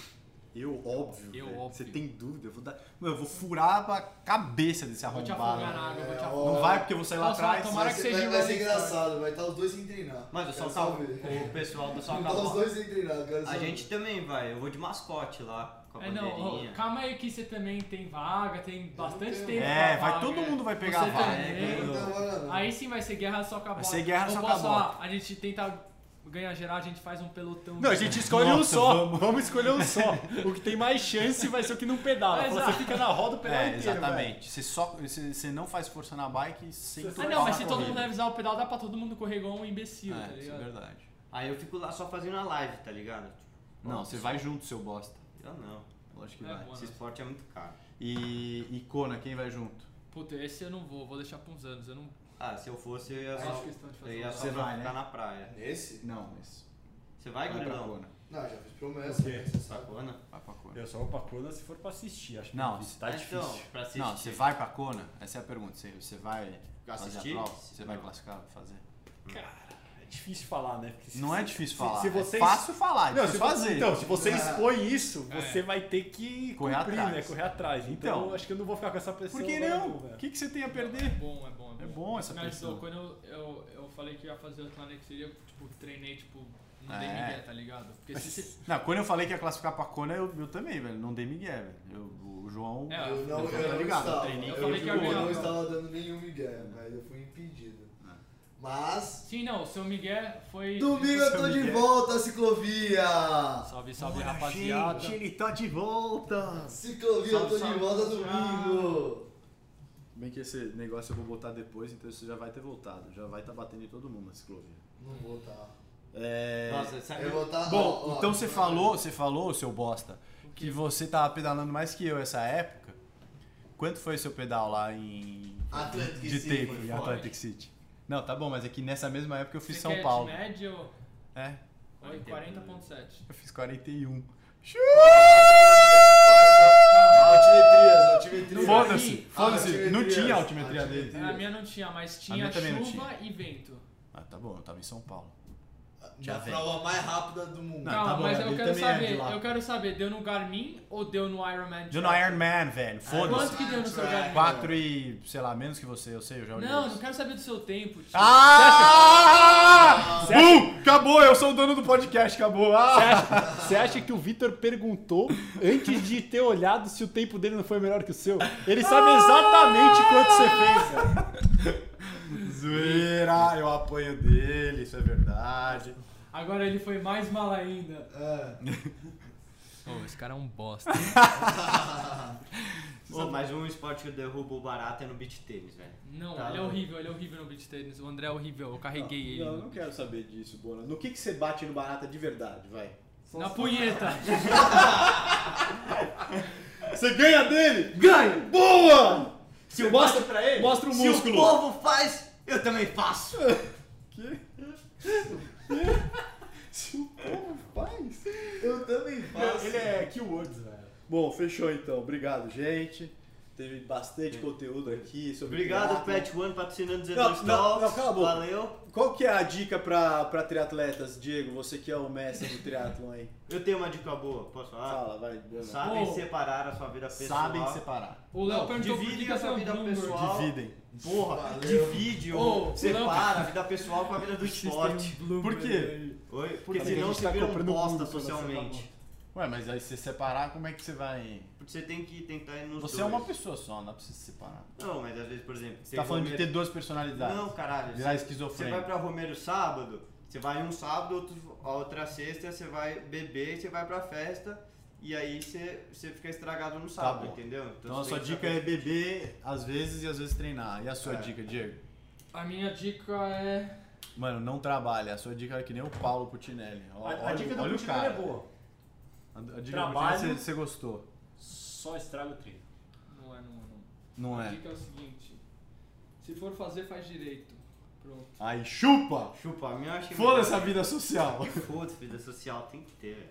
S3: Eu, óbvio.
S2: Eu,
S3: velho. Você
S2: óbvio.
S3: tem dúvida? Eu vou dar.
S9: Mano, eu vou furar a cabeça desse
S2: Vou te
S9: arrombado.
S2: afogar na água, vou te
S6: É,
S2: afogar.
S6: ó,
S9: Não vai porque eu vou sair lá
S2: Nossa,
S9: atrás.
S4: então?
S2: tomara
S6: Vai
S2: que
S6: ser,
S2: seja
S6: vai, vai ser
S2: igual a história.
S6: engraçado, vai estar os dois sem treinar.
S7: Mas o
S6: Quero
S7: São Paulo,
S6: saber.
S7: o pessoal do São
S6: Não tá os
S7: Paulo.
S6: dois sem treinar, quero
S7: tá um- A
S6: saber.
S7: gente também vai, eu vou de mascote lá com a
S2: É, não, ó,
S7: bandeirinha.
S2: calma aí que você também tem vaga, tem bastante
S6: tenho.
S2: tempo.
S9: É,
S2: pra
S9: vai
S2: vaga,
S9: todo
S2: é.
S9: mundo vai pegar
S2: Você
S9: a vaga.
S2: também.
S6: Não tá valendo.
S2: É, então, Aí sim vai ser guerra só com a
S9: Vai
S2: bota.
S9: ser guerra
S2: Ou
S9: só com a
S2: posso
S9: bota.
S2: falar, A gente tenta ganhar geral, a gente faz um pelotão.
S4: Não, a gente escolhe um
S9: Nossa,
S4: só.
S9: vamos.
S4: Vamos. escolher um só. O que tem mais chance vai ser o que não pedala.
S2: Exato.
S4: Você fica na roda o pedal
S9: É,
S4: inteiro. velho.
S9: exatamente. Você, só, você, você não faz força na bike sem
S2: Ah
S9: forçar
S2: não,
S9: na
S2: mas se todo
S9: corrida.
S2: mundo revisar o pedal, dá pra todo mundo correr igual um imbecil, tá
S9: É, isso é
S2: ligado?
S9: verdade.
S7: Aí eu fico lá só fazendo a live, tá ligado? Tipo,
S9: Não, você vai junto, seu bosta.
S7: Eu não.
S9: Lógico que
S2: É,
S9: vai.
S2: boa,
S7: Esse
S2: né?
S7: esporte é muito caro.
S9: E, e Kona, quem vai junto?
S2: Puta, esse eu não vou, vou deixar pra uns anos. Eu não
S7: Ah, se eu fosse, eu ia só,
S2: faço questão de
S7: eu
S2: fazer.
S7: ia
S2: um-
S7: só
S9: Você
S7: pra
S9: vai,
S7: ficar
S9: né?
S7: na praia.
S6: É Nesse?
S9: Não, mas.
S7: Você vai,
S9: Vai pra
S7: Grudão?
S9: Kona.
S6: Não, já fiz promessa. né,
S4: quê?
S6: Você sabe.
S7: Sacona?
S9: Vai pra Kona.
S4: Eu só vou pra Kona se for pra assistir. Acho que
S9: Não,
S4: difícil, tá difícil.
S7: Então, pra assistir.
S9: Não, você vai pra Kona? Essa é a pergunta. Você, você vai
S7: Assistir?
S9: fazer a prova? Você vai
S7: Não.
S9: classificar, fazer?
S4: É difícil falar, né? Porque se-
S9: Não é difícil
S4: se-
S9: falar.
S4: se
S9: É
S4: vocês-
S9: fácil falar, é
S4: Não,
S9: difícil
S4: vo-
S9: fazer.
S4: Então, se você
S6: Ah.
S4: expõe isso,
S2: É.
S4: você vai ter que
S9: Correr
S4: cumprir,
S9: atrás.
S4: né? Correr atrás. Então,
S9: Então.
S4: acho que eu não vou ficar com essa pessoa.
S9: Por que não? O que, que você tem a
S2: É
S9: perder?
S2: bom, é bom, é bom.
S9: É bom essa
S2: Mas,
S9: pressão.
S2: pô, quando eu, eu, eu falei que ia fazer o Atlantic City, eu tipo, treinei, tipo, não
S9: É.
S2: dei ninguém, tá ligado? Porque se você.
S9: Não, quando eu falei que ia classificar pra Kona, eu, eu também, velho. Não dei migué, velho. Eu- O João.
S2: É,
S6: Eu não,
S9: Eu tô
S6: eu não
S9: ligado, eu
S6: estava.
S9: treinei.
S6: Eu,
S2: Eu falei que
S6: digo que
S2: ia
S6: eu
S2: ganhar,
S6: não
S2: não.
S6: estava dando nenhum migué, mas eu fui impedido.
S7: Ah.
S6: Mas,
S2: Sim, não, o seu Miguel foi.
S6: domingo eu tô de volta à ciclovia!
S2: Salve, salve,
S9: Ah,
S2: rapaziada.
S3: ele tá de volta!
S6: Ciclovia, eu tô
S2: Salve, salve,
S6: de volta
S2: tchau.
S6: domingo!
S3: Bem que esse negócio eu vou botar depois, então isso já vai ter voltado. Já vai estar batendo em todo mundo na ciclovia.
S6: Não vou tá.
S3: É...
S7: Nossa, sabe?
S6: Eu vou tá.
S9: Bom,
S6: ó, ó,
S9: então você falou, você falou, seu bosta, que você tava pedalando mais que eu essa época. Quanto foi seu pedal lá em.
S6: Atlantic
S9: de
S6: City
S9: tempo
S6: foi
S9: em
S6: foda.
S9: Atlantic City? Não, tá bom, mas é que nessa mesma época eu fiz
S2: Você
S9: São
S2: quer
S9: Paulo.
S2: Médio,
S9: É, um.
S2: Oi, 40.7.
S9: eu fiz 41.
S6: Altimetrias, altimetrias.
S3: Foda-se,
S2: vi.
S3: foda-se. Não tinha a altimetria
S6: altimetrias.
S3: dele.
S2: A minha não tinha, mas tinha
S3: minha também não
S2: chuva e vento.
S1: Ah, tá bom, eu tava em São Paulo.
S6: Da prova mais rápida do mundo.
S3: Não,
S2: Calma,
S3: tá bom,
S2: mas
S3: né?
S2: eu
S3: Ele
S2: quero
S3: também é de
S2: saber,
S3: lá.
S2: eu quero saber, deu no Garmin ou deu no Ironman?
S3: Deu no Iron Man, velho.
S2: Quanto
S3: Foda-se.
S2: que deu no seu
S6: Track.
S2: Garmin?
S3: 4 e, sei lá, menos que você, eu sei, eu já olhei.
S2: Não,
S3: isso.
S2: não quero saber do seu tempo. Tipo.
S3: Ah!
S9: Uh,
S3: Bum! Acabou, eu sou o dono do podcast, acabou.
S4: Você
S3: Ah!
S4: acha, você acha que o Vitor perguntou antes de ter olhado se o tempo dele não foi melhor que o seu? Ele sabe exatamente quanto você fez, cara.
S3: Zoeira, eu apoio dele, isso é verdade.
S2: Agora ele foi mais mal ainda.
S6: É.
S2: Oh, esse cara é um bosta.
S7: Ô, mais um esporte que eu derrubo barato é no beach tênis, velho.
S2: Não,
S7: Tá,
S2: ele é
S7: bom.
S2: horrível, ele é horrível no beat tênis. O André é horrível, eu carreguei
S1: Não, eu
S2: ele.
S1: não quero saber disso, Bona. No que, que você bate no barata de verdade, vai?
S2: Na punheta!
S1: Você ganha dele? Ganha! Boa! Se eu mostra pra ele, mostra o
S7: Se
S1: músculo.
S7: o povo faz, eu também faço.
S1: Se o povo faz.
S6: Eu também faço.
S4: Ele é Keywords, velho.
S1: Bom, fechou então. Obrigado, gente. Teve bastante conteúdo aqui sobre
S7: Obrigado,
S1: triatlo.
S7: Pet One, patrocinando os
S1: Não,
S7: Talks.
S1: não, não, cala a boca.
S7: Valeu.
S1: Qual que é a dica pra, pra triatletas, Diego? Você que é o mestre do triatlon aí.
S7: Eu tenho uma dica boa, posso falar?
S1: Fala, vai. Bona.
S7: Sabem
S2: Ô.
S7: separar a sua vida Ah, pessoal.
S3: Sabem separar.
S2: O Léo
S7: Não,
S2: perguntou por que
S7: divide
S2: que é
S7: a
S2: eu
S7: sua
S2: sou
S7: vida
S2: Bloomberg.
S7: pessoal.
S3: Dividem.
S7: Porra, divide
S2: Ô,
S7: ou
S2: o
S7: separa a vida pessoal com a vida do
S2: Vocês
S7: esporte.
S2: têm um
S3: Por
S2: Bloomberg
S3: quê?
S2: aí.
S7: Oi?
S4: a
S7: Porque
S4: gente
S7: senão você
S4: tá
S7: vira um
S4: comprando
S7: bosta
S4: muito quando você tá
S7: socialmente.
S3: Ué, mas aí se separar, como é que você vai.
S7: Porque você tem que tentar ir nos
S3: Você é
S7: dois.
S3: uma pessoa só, não dá pra você se separar.
S7: Não, mas às vezes, por exemplo... um
S3: Você tá falando de ter duas personalidades.
S7: Não, caralho.
S3: Virar
S7: você- Você
S3: esquizofrênico.
S7: vai pra Romero sábado, você vai um sábado, outro, a outra sexta, você vai beber, você vai pra festa, e aí você, você fica estragado no sábado,
S3: bom.
S7: entendeu?
S3: Então a
S7: você
S3: sua
S7: tem que
S3: dica é
S7: saber- É.
S3: beber às vezes e às vezes treinar. E a sua dica, Diego?
S2: A minha dica é.
S3: Mano, não trabalha. A sua dica é que nem o Paulo Putinelli. Ó,
S4: A, a
S3: olha-
S4: dica do
S3: olha o
S4: Putin
S3: cara.
S4: é boa.
S3: A, a dica
S4: Trabalho.
S3: do Putinelli você, você gostou.
S4: Só estraga o treino.
S2: Não é, não é, não.
S3: Não
S2: A
S3: é?
S2: dica é o seguinte: se for fazer, faz direito. Pronto.
S3: Aí chupa!
S7: Chupa, a minha eu achei...
S3: é Foda-se a vida social!
S7: Foda-se, vida social tem que ter, velho.